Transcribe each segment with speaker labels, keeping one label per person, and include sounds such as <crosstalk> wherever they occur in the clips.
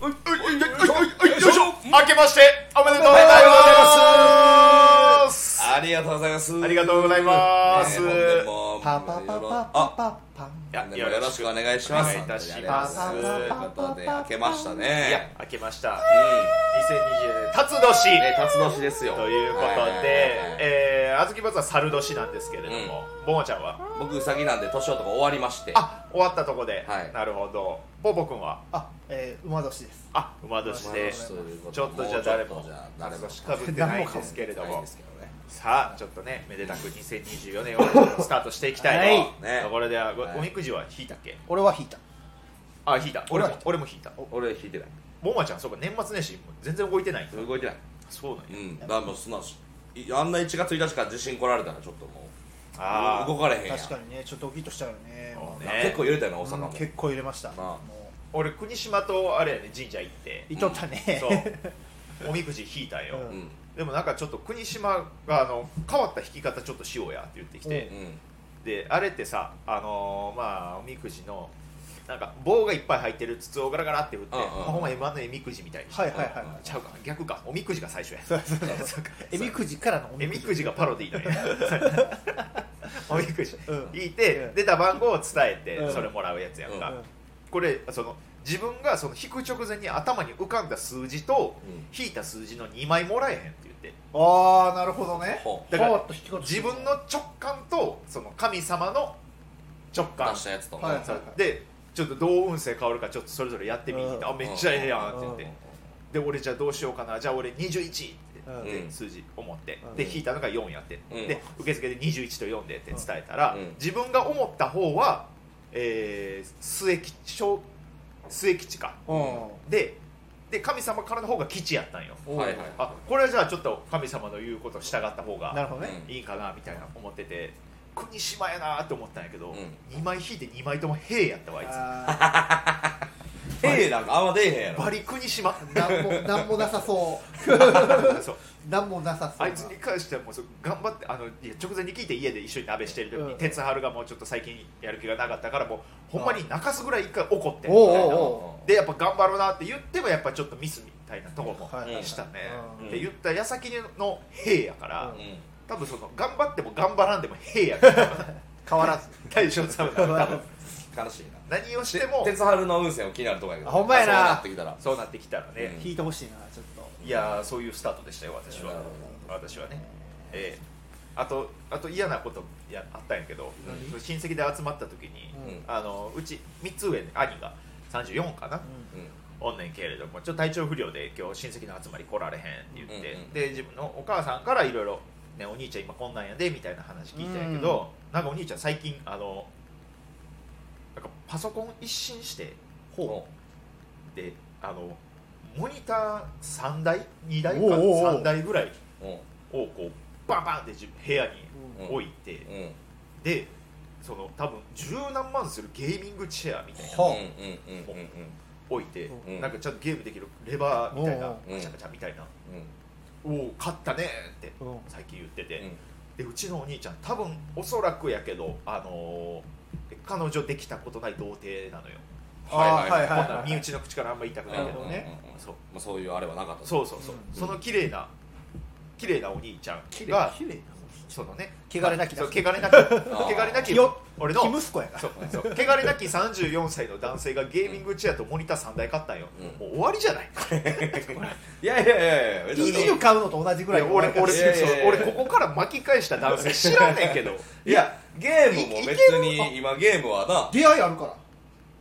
Speaker 1: おいおいおいおいよいしょ明けましておめでとうございます
Speaker 2: ありがとうございます。
Speaker 1: ありがとうございます
Speaker 2: ね本年も
Speaker 3: パパパパパ
Speaker 2: あ、
Speaker 3: パパン
Speaker 1: いや
Speaker 2: よろしくお願いします。
Speaker 1: お願いいたします
Speaker 2: ということで、明けました
Speaker 1: いや
Speaker 2: ね。
Speaker 1: 明けました
Speaker 2: うん。
Speaker 1: 2020年辰年
Speaker 2: え、辰年ですよ。
Speaker 1: ということ
Speaker 2: ははは
Speaker 1: で
Speaker 2: い
Speaker 1: えーあずきばつは猿年なんですけれどもぼもちゃんは
Speaker 2: 僕、うさぎなんで、年男終わりまして。
Speaker 1: あ終わったとこで
Speaker 2: はい
Speaker 1: なるほどぼぼくんは
Speaker 3: あ、えー、馬年です
Speaker 1: あ馬年で
Speaker 2: ということで
Speaker 1: ちょっとじゃあ誰も
Speaker 2: うちょっとじゃあ誰
Speaker 1: か
Speaker 2: も
Speaker 1: ぶってないんですけれど
Speaker 2: ない
Speaker 1: も
Speaker 2: ですけどね。
Speaker 1: さあちょっとねめでたく2024年をスタートしていきたい
Speaker 3: はい
Speaker 2: ね
Speaker 1: ところではご
Speaker 2: はい
Speaker 1: おみくじは引いたっけ
Speaker 3: 俺は引いた
Speaker 1: あ引いた俺
Speaker 3: 俺は
Speaker 1: も俺も引いた
Speaker 2: 俺引いてない。
Speaker 1: もまちゃんそうか年末年始もう全然動いてないんだ
Speaker 2: 動いてない。
Speaker 1: そうなん
Speaker 2: う
Speaker 1: や
Speaker 2: ん。だからもう素直し。いあんな1月1日から地震来られたらちょっとも
Speaker 1: あ
Speaker 2: う動
Speaker 1: あ
Speaker 2: かれへんやん
Speaker 3: 確かにねちょっとドキッとしちゃうよね
Speaker 1: そうね
Speaker 2: な結構揺れたよな大阪
Speaker 3: まあ
Speaker 2: も
Speaker 3: うん結構入れました
Speaker 2: あ
Speaker 3: も
Speaker 1: 俺国島とあれやね神社行って
Speaker 3: ういとったね
Speaker 1: そ
Speaker 3: <laughs>
Speaker 1: うおみくじ引いたよ
Speaker 3: う
Speaker 2: うんん
Speaker 1: でもなんかちょっと国島があの変わった引き方ちょっとしようやって言ってき
Speaker 2: う
Speaker 1: て
Speaker 2: ん
Speaker 1: であれってさあのーまあおみくじのなんか棒がいっぱい入ってる筒をガラガラって振って
Speaker 2: うんうん
Speaker 1: あほんま M1 のえみくじみたいに
Speaker 3: はいはいはい
Speaker 2: うん
Speaker 1: ちゃうか逆かおみくじが最初や
Speaker 3: そうそうそう
Speaker 1: そうか
Speaker 3: えみくじからのお
Speaker 1: え
Speaker 3: み
Speaker 1: みく
Speaker 3: くじ
Speaker 1: じがパロディーだね
Speaker 3: <laughs>
Speaker 1: おみくじ
Speaker 3: うん
Speaker 1: 引いて
Speaker 3: うん
Speaker 1: 出た番号を伝え
Speaker 3: う
Speaker 1: て
Speaker 3: ん
Speaker 1: それもらうやつやん
Speaker 3: う
Speaker 1: か
Speaker 3: ん
Speaker 1: これその自分がその引く直前に頭に浮かんだ数字と
Speaker 2: うん
Speaker 1: 引いた数字の2枚もらえへんって言って
Speaker 3: ああなるほどね
Speaker 2: ほう
Speaker 1: だから
Speaker 3: パワッと引き方
Speaker 1: 自分の直感とその神様の直感
Speaker 2: 出したやつと
Speaker 3: はいはい
Speaker 1: そうでちょっとどう運勢変わるかちょっとそれぞれやってみて
Speaker 3: うん
Speaker 1: あめっちゃええやんって言っ
Speaker 3: う
Speaker 1: て
Speaker 3: ん
Speaker 1: で俺じゃあどうしようかなじゃあ俺21って
Speaker 3: うん
Speaker 1: で
Speaker 2: うん
Speaker 1: 数字思って
Speaker 3: うん
Speaker 1: で引いたのが4やって
Speaker 2: うん
Speaker 1: で受付で21と4でって伝えたら
Speaker 2: うん
Speaker 1: 自分が思った方はえー末吉小末吉か
Speaker 3: うん
Speaker 1: でで神様からの方が吉やったんよ
Speaker 3: おう
Speaker 2: はいはい
Speaker 1: あこれはじゃあちょっと神様の言うこと従った方
Speaker 3: なる
Speaker 1: が
Speaker 3: ほどね
Speaker 1: いいかなみたいな思ってて国島やなと思ったんやけど
Speaker 2: うん
Speaker 1: 2枚引いて2枚とも平やったわあいつ
Speaker 3: あ
Speaker 2: ええなんかあんま出えへんやろ
Speaker 1: バリ国
Speaker 3: <laughs>
Speaker 1: 島
Speaker 3: ーなんもなんもなさそ
Speaker 1: そう
Speaker 3: うなんもなさそう
Speaker 1: あいつに関してはもうそう頑張ってあのいや直前に聞いて家で一緒に鍋してる時に、
Speaker 3: うん
Speaker 1: 鉄春がもうちょっと最近やる気がなかったからもうほんまに泣かすぐらい一回怒って
Speaker 3: おうおうおう
Speaker 1: でやっぱ頑張ろうなって言ってもやっぱちょっとミスみたいなとこも
Speaker 3: はい
Speaker 2: はい
Speaker 1: したね、
Speaker 2: うん
Speaker 1: って言った矢先の兵やから、
Speaker 3: うん
Speaker 2: うん
Speaker 1: 多分その頑張っても頑張らんでも兵やから <laughs>
Speaker 3: 変わらず
Speaker 1: 大将さんは多分
Speaker 2: 悲しいな
Speaker 1: 何をしても
Speaker 2: 鉄春の運勢も気になるとこやけど
Speaker 3: あほんまやな
Speaker 2: そうなってきたら
Speaker 1: そうなってきたらね、
Speaker 3: 引いてほしいなちょっと
Speaker 1: いやーそういうスタートでしたよ私は
Speaker 2: なるほ
Speaker 1: 私はねええあとあと嫌なことやあったんやけど
Speaker 3: 何
Speaker 1: 親戚で集まった時に、
Speaker 3: うん
Speaker 1: あのうち3つ上の兄が34かな、
Speaker 3: う
Speaker 1: おんねんけれどもちょっと体調不良で今日親戚の集まり来られへんって言って、
Speaker 2: うんうんうん
Speaker 1: で自分のお母さんからいろいろ「ねお兄ちゃん今こんなんやで」みたいな話聞いたんやけど、なんかお兄ちゃん最近あのなんかパソコン一新して
Speaker 2: ほ
Speaker 1: であのモニター3台2台か
Speaker 3: おうおうおう
Speaker 1: 3台ぐらいう
Speaker 2: うん
Speaker 1: をこうバンバンって自部屋に
Speaker 2: うん
Speaker 1: 置いて、
Speaker 2: うんうん
Speaker 1: でその多分十何万するゲーミングチェアみたいなの
Speaker 3: はあ
Speaker 2: うんうんうん
Speaker 1: 置いて、
Speaker 3: うん
Speaker 1: なんかちゃんとゲームできるレバーみたいな
Speaker 3: おう
Speaker 2: おう
Speaker 1: ガチャガチャみたいな
Speaker 2: うん
Speaker 1: 「おお勝ったね」って
Speaker 3: んうん
Speaker 1: 最近言って
Speaker 2: う
Speaker 1: て、
Speaker 2: ん
Speaker 1: でうちのお兄ちゃん多分おそらくやけどあのー彼女できたことない童貞なのよ、
Speaker 3: あ
Speaker 2: は
Speaker 3: ー
Speaker 2: いはい
Speaker 3: はいはい
Speaker 1: こんなん身内の口からあんまり言いたくないけど、
Speaker 3: うんね
Speaker 2: うんうんうん
Speaker 1: そう
Speaker 2: まあそういうあれはなかった
Speaker 1: そうそうそう、
Speaker 3: うん
Speaker 1: その綺麗な綺麗なお兄ちゃん
Speaker 3: 綺
Speaker 1: が
Speaker 3: 麗綺麗な
Speaker 1: そのね
Speaker 3: 汚れなきだ
Speaker 1: そう汚れなき汚れなき
Speaker 3: きよ
Speaker 1: 俺の
Speaker 3: 生息子やから
Speaker 1: そうそう汚れなき34歳の男性がゲーミングチェアとモニター3台買ったんよ、
Speaker 2: うん
Speaker 1: もう終わりじゃない
Speaker 2: いやいやいやいや別に
Speaker 3: 犬買うのと同じぐらいの
Speaker 1: 俺俺
Speaker 2: いやいやいや
Speaker 1: そう俺ここから巻き返した男性 <laughs> 知らんねんけど
Speaker 2: いやゲームも別に今ゲームはな
Speaker 3: 出会いあるから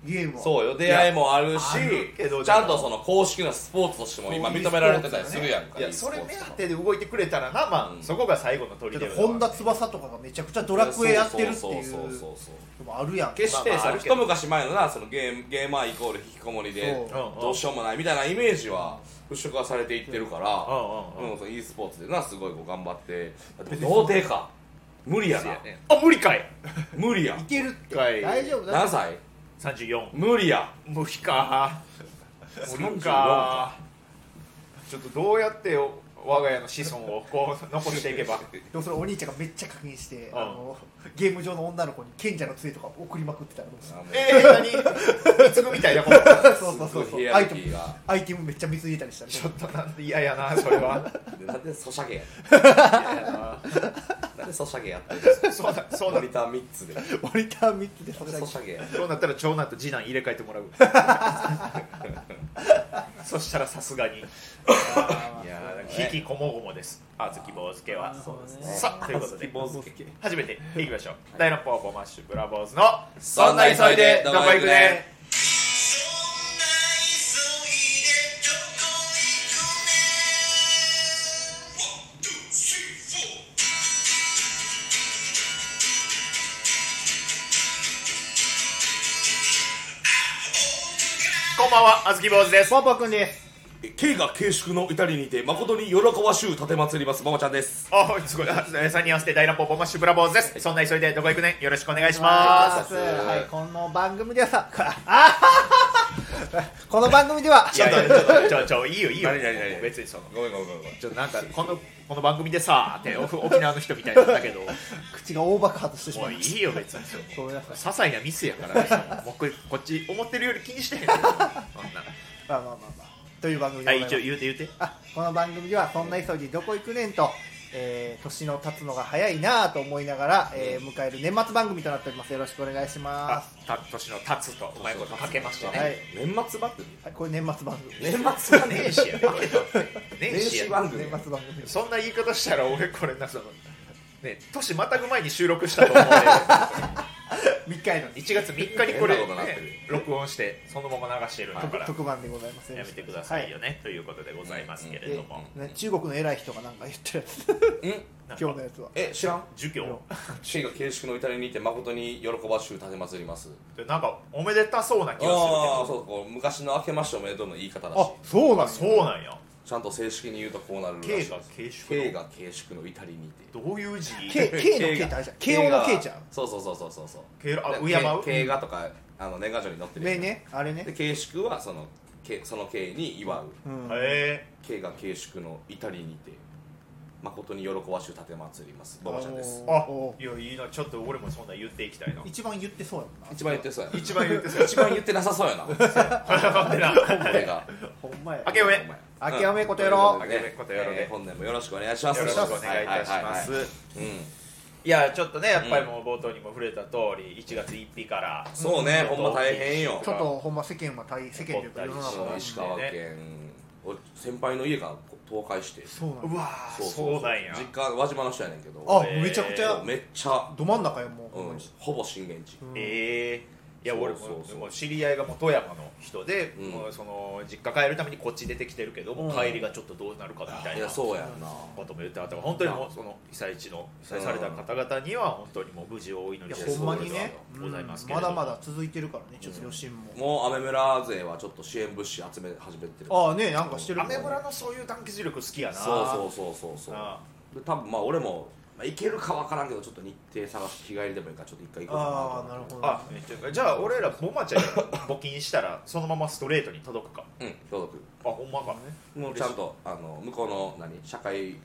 Speaker 3: ゲームは
Speaker 2: そうよ出会いもあるし
Speaker 1: いやあるけど
Speaker 2: ちゃんとその公式なスポーツとしても今認められてたりするやんか
Speaker 1: いやそれ
Speaker 2: いい
Speaker 1: 目
Speaker 2: スポーツ
Speaker 1: 当
Speaker 2: とか
Speaker 1: てで動いてくれたらなまあ、
Speaker 2: うん
Speaker 1: そこが最後の取り
Speaker 3: け
Speaker 1: 出
Speaker 3: ど本田
Speaker 1: だ
Speaker 3: 翼とかがめちゃくちゃドラクエやってるっていう
Speaker 2: そうそうそう
Speaker 3: の
Speaker 2: そうそう
Speaker 3: もあるやん
Speaker 2: 決して
Speaker 1: まあまあ
Speaker 2: そ
Speaker 1: あ
Speaker 2: の
Speaker 1: るけど
Speaker 2: 一昔前のなそのゲームゲーマーイコール引きこもりで
Speaker 3: そう
Speaker 1: うん
Speaker 2: どうしようもないみたいなイメージは払拭はされていってるから
Speaker 1: うんうんうん
Speaker 2: うんそう e スポーツでなすごいこう頑張ってだって童貞か無理やな
Speaker 1: あ無理かい
Speaker 2: 無理や
Speaker 3: いけるって
Speaker 1: はい
Speaker 3: 大丈夫だ
Speaker 2: 何歳
Speaker 1: 34
Speaker 2: 無理や
Speaker 1: 無理か無理
Speaker 2: 34
Speaker 1: か
Speaker 2: か
Speaker 1: ちょっとどうやってお我が家の子孫をこう残していけ <laughs> ば
Speaker 3: でもそれお兄ちゃんがめっちゃ確認して、
Speaker 1: うん
Speaker 3: あのゲーム上の女の子に賢者の杖とか送りまくってたの
Speaker 2: あもう
Speaker 1: えー、何貢ぐみたいなこと <laughs>
Speaker 3: そうそうそう
Speaker 2: す
Speaker 3: そ
Speaker 2: ごいヒ
Speaker 3: う
Speaker 2: エラ
Speaker 3: アイ
Speaker 2: ルキ
Speaker 3: テ
Speaker 2: ー
Speaker 3: ム
Speaker 2: が
Speaker 3: アイテムめっちゃ貢いでたりしたね
Speaker 1: ちょっとなんで嫌やなそれは
Speaker 2: でなんでソシャゲや
Speaker 1: <laughs> 嫌やな
Speaker 2: なんでソシャゲやってるんですか
Speaker 1: そうだそう
Speaker 2: モ
Speaker 1: だ
Speaker 2: ニター3つで
Speaker 3: <laughs>
Speaker 2: なんで
Speaker 3: モニター3つでそれだけ
Speaker 2: ソシャゲや
Speaker 1: そうなったら長男と次男入れ替えても
Speaker 2: <laughs>
Speaker 1: らうそしたらさすがに
Speaker 3: あー
Speaker 2: いやーなんか
Speaker 1: 引きこもごもです小豆坊主けは
Speaker 3: そうですね
Speaker 1: さあということで
Speaker 2: 坊主系
Speaker 1: 始めていきましょう、大乱暴ボマッシュブラボーズの
Speaker 2: そんな急いで
Speaker 1: ど
Speaker 2: ど
Speaker 1: こ
Speaker 2: こ
Speaker 1: 行
Speaker 2: 行
Speaker 1: く
Speaker 2: く
Speaker 1: ね
Speaker 2: ね
Speaker 1: こんばんはあずき坊主です
Speaker 3: パパ君です
Speaker 2: 慶が慶祝の至りにて誠に喜ばしゅう立てまつりますママちゃんです
Speaker 1: あすごいあ3人合わせて大乱暴ボマッシュブラボーズです、そんな急いでどこ行くねよろしくお願いします
Speaker 2: す
Speaker 3: はいこの番組では
Speaker 1: <laughs>
Speaker 3: さああこの番組ではい
Speaker 1: やいやちょっとちょちょいいよいいよ
Speaker 2: 何何何
Speaker 1: 別にその
Speaker 2: ごめんごめんごめんごめん
Speaker 1: ちょっとなんかこのこの番組でさーってお沖縄の人みたいなんだけど
Speaker 3: 口が大爆発してし
Speaker 1: も
Speaker 3: ま
Speaker 1: う
Speaker 3: い
Speaker 1: い
Speaker 3: まし
Speaker 1: いよ別にその
Speaker 3: たごめんなさ
Speaker 1: 些
Speaker 3: い
Speaker 1: 細なミスやからねもうこれこっち思ってるより気にしてへんからそんな
Speaker 3: まあまあまあまあという番組
Speaker 1: あ
Speaker 3: でございま
Speaker 1: 一
Speaker 3: す
Speaker 1: 応言うて言うて
Speaker 3: あこの番組ではそんな急ぎどこ行くねんと、えー年の経つのが早いなぁと思いながら、えー迎える年末番組となっておりますよろしくお願いしま
Speaker 1: あ
Speaker 3: す
Speaker 1: た年の経つとうまいことかけましたね、
Speaker 3: はい
Speaker 2: 年末番組
Speaker 3: はいこれ年末番組
Speaker 2: 年末は
Speaker 1: 年
Speaker 2: 年
Speaker 1: <laughs> 始
Speaker 2: 始
Speaker 1: やで
Speaker 2: やで
Speaker 1: これ年始や
Speaker 2: 年始
Speaker 1: で
Speaker 2: は番組
Speaker 3: 年末番
Speaker 1: <laughs>
Speaker 3: 組です
Speaker 1: そんな言い方したら俺これなそのね年またぐ前に収録したと思うね
Speaker 3: 3日やのに
Speaker 1: 1月3日にこれ、
Speaker 2: 変なことになってる
Speaker 1: ね録音してそのまま流してるんだ
Speaker 3: 特
Speaker 1: から
Speaker 3: 特番でございます
Speaker 1: やめてくださいよね、ということでございますけ
Speaker 3: は
Speaker 1: れ
Speaker 3: い
Speaker 1: ども、
Speaker 3: でね中国の偉い人がなんか言ってるや
Speaker 2: うん
Speaker 1: なん
Speaker 3: つ
Speaker 1: か
Speaker 3: 今日のやつは
Speaker 2: え知らん
Speaker 1: 儒教
Speaker 2: 慶が慶祝の至りにて誠に喜ばしゅう立てまつります
Speaker 1: でなんかおめでたそうな気がするけ
Speaker 2: ああ
Speaker 1: ど
Speaker 2: そうこう昔の明けましておめでとうの言い方だし
Speaker 3: あそうなん
Speaker 1: あ
Speaker 3: や
Speaker 1: そうなんや
Speaker 2: ちゃんと正式に言うとこうなるらしい
Speaker 1: 慶
Speaker 2: で
Speaker 1: が慶
Speaker 2: す
Speaker 1: 祝の
Speaker 2: 慶が慶祝の至りにて
Speaker 1: どういう字
Speaker 3: K, K の K ってあれじゃん慶応の K ちゃん
Speaker 2: そうそうそうそうそうそう
Speaker 1: 慶あ
Speaker 2: で
Speaker 1: 敬う
Speaker 2: 慶慶賀とかあの年賀状に載ってるや
Speaker 3: ね
Speaker 2: つ
Speaker 3: ねあれ
Speaker 2: で
Speaker 3: ね、
Speaker 2: 慶祝はその慶その慶に祝う
Speaker 3: うん、
Speaker 1: へ
Speaker 2: 慶が慶祝の至りにて誠に喜ばしゅう立てまつります馬場ちゃんです
Speaker 1: えあ
Speaker 3: お
Speaker 1: いやいいなちょっと俺もそんなん言っていき
Speaker 2: <laughs>
Speaker 1: たいな
Speaker 3: 一番言ってそうやもんな
Speaker 2: 一番言ってそうやな
Speaker 1: 一番言ってそう <laughs> や
Speaker 2: 一番言ってなさそうやな
Speaker 1: なんでな
Speaker 2: 俺が
Speaker 3: ほんまや
Speaker 1: 明けおめ
Speaker 3: 明けおめことやろ
Speaker 1: 明けおめことやろね
Speaker 2: えー本年もよろしくお願いします
Speaker 1: よろしくお願いいたし
Speaker 2: は
Speaker 1: ま
Speaker 2: は
Speaker 1: す
Speaker 2: はいうん
Speaker 1: いやちょっとねやっぱりもう冒頭にも触れた通り1月1日から
Speaker 2: そうねほんま大変よ
Speaker 3: ちょっとほんま世間は大世間というか世の中
Speaker 2: そ
Speaker 3: は
Speaker 2: う石川県、お先輩の家が倒壊して
Speaker 3: そうなんや
Speaker 1: うわーそうなんや
Speaker 2: 実家輪島の人やねんけど
Speaker 3: あ
Speaker 1: えー
Speaker 3: めちゃくち
Speaker 2: そう
Speaker 3: ゃ
Speaker 2: めっちゃ、
Speaker 3: ど真ん中よもう、
Speaker 2: う
Speaker 3: ほんま
Speaker 2: ん
Speaker 3: に、
Speaker 2: ほぼ震源地、
Speaker 3: うん
Speaker 1: ええいや俺も
Speaker 2: そうそうそう
Speaker 1: もう知り合いがもう富山の人で、
Speaker 2: うん
Speaker 1: もうその実家帰るためにこっち出てきてるけど、もう
Speaker 3: うん
Speaker 1: 帰りがちょっとどうなるかみたい
Speaker 2: い
Speaker 1: な
Speaker 2: やそうやんな、
Speaker 1: ことも言ってあったから本当にもうその被災地の被災された方々には本当にもう無事をお祈り
Speaker 3: い
Speaker 1: し
Speaker 3: や
Speaker 1: て
Speaker 3: ほんまにね
Speaker 1: そうでございますけ
Speaker 3: ま
Speaker 1: れど
Speaker 3: だ
Speaker 1: も
Speaker 3: まだ続いてるからね卒業シーンも、
Speaker 2: もう雨村勢はちょっと支援物資集め始めてる
Speaker 3: ああねなんかしてる
Speaker 1: アメ村のそういう団結力好きやな
Speaker 2: そうそうそうそうそう
Speaker 1: あ
Speaker 2: で多分まあ俺も、まあ、行けるかわからんけどちょっと日程探して日帰りでもいいからちょっと一回行こう
Speaker 3: ああ
Speaker 2: か
Speaker 3: なるほど
Speaker 1: あめっちゃじゃあ俺らボマちゃんに募金したらそのままストレートに届くか
Speaker 2: なとうん届
Speaker 1: あほんまか
Speaker 2: くもうちゃんとあの向こうの何社会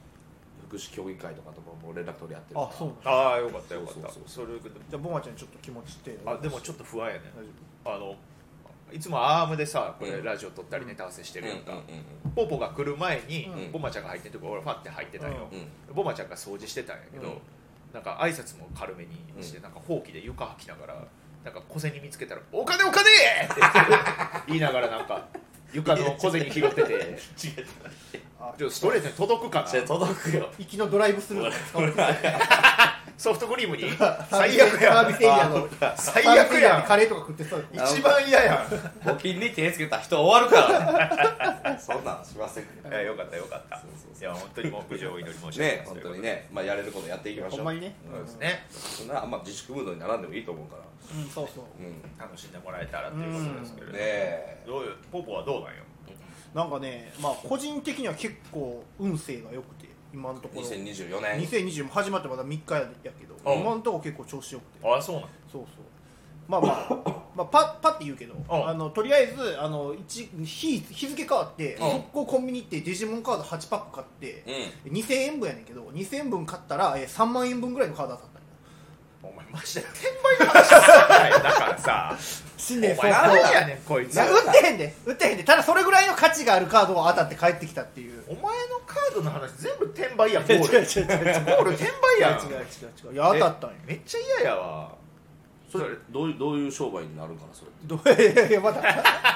Speaker 2: 福祉協議会とかとももう連絡取り合ってるから
Speaker 3: あそうなんだ
Speaker 1: ああよかったよかった
Speaker 2: そう
Speaker 1: それ
Speaker 3: じゃあボマちゃんちょっと気持ちって
Speaker 1: あでもちょっと不安やね
Speaker 3: 大丈
Speaker 1: あのいつもアームでさこれ
Speaker 2: うん
Speaker 1: ラジオ撮ったりネタ合わせして
Speaker 2: うん
Speaker 1: る
Speaker 2: う
Speaker 1: や
Speaker 2: ん
Speaker 1: んか、ポポが来る前に、
Speaker 2: うん
Speaker 1: ボマちゃんが入ってるとこ俺ファって入ってたんよ
Speaker 2: うんう、ん
Speaker 1: ボマちゃんが掃除してたんやけど、
Speaker 3: うん
Speaker 1: なんか挨拶も軽めにして、
Speaker 2: うん
Speaker 1: なんかほうきで床履きながらなんか小銭見つけたら「お金お金!」って言いながらなんか床の小銭拾っててち
Speaker 3: 夫あ
Speaker 1: ょっとストレートに届くか
Speaker 2: じゃあ
Speaker 1: な
Speaker 2: 届くよ
Speaker 3: 行きのドライブスルー使う
Speaker 1: <laughs> ソフトクリーム
Speaker 2: <laughs>
Speaker 1: に最悪や
Speaker 3: サービスエリア
Speaker 1: ん
Speaker 3: の
Speaker 1: 最悪やん
Speaker 3: カレーとか食ってそう
Speaker 2: リア
Speaker 1: 一番嫌やん <laughs>
Speaker 2: 募金に手つけた人終わるからね <laughs> そんなんしません
Speaker 1: いやよかったよかった
Speaker 2: そうそうそう
Speaker 1: いや本当にもう無事をお祈り申し上げ
Speaker 2: ね
Speaker 1: ます
Speaker 2: 本当にねまあやれることやっていきましょう
Speaker 3: ほんまにね
Speaker 1: ということでそうですね
Speaker 2: そんなあんま自粛ムードにならんでもいいと思うから
Speaker 3: うんそうそう
Speaker 2: うん
Speaker 1: 楽しんでもらえたらということですけれども、
Speaker 2: ねえ
Speaker 1: どういうポポはどうなんよ
Speaker 3: なんかねまあ個人的には結構運勢が良くて今のところ
Speaker 2: 2024年
Speaker 3: 2020も始まってまだ3日やけど
Speaker 2: うん
Speaker 3: 今のところ結構調子良くて
Speaker 1: ああそうなん
Speaker 3: そうそうまあまあまあパパって言うけど
Speaker 1: うん
Speaker 3: あのとりあえずあの一日日付変わって
Speaker 2: ん
Speaker 3: 速攻コンビニ行ってデジモンカード8パック買って2000円分やねんけど2000円分買ったらえー3万円分ぐらいのカード当たったんや
Speaker 1: お前マジで転売の話してないだからさ
Speaker 3: 新
Speaker 1: お
Speaker 3: 年
Speaker 1: 前
Speaker 3: 早々
Speaker 1: 何やねんこいつ
Speaker 3: な
Speaker 2: そう
Speaker 3: 売ってへんで売ってへんでただそれぐらいの価値があるカードが当たって帰ってきたっていう
Speaker 1: お前のカードの話全部転売やんゴール
Speaker 3: 違う
Speaker 1: ゴ
Speaker 3: 違う違う違う
Speaker 1: ール転売
Speaker 3: 違う
Speaker 1: やん
Speaker 3: 違う違ういや当たったんや
Speaker 1: <laughs> めっちゃ嫌やわ
Speaker 2: それどういうどういう商売になるんかなそれ
Speaker 3: どういやいやまだ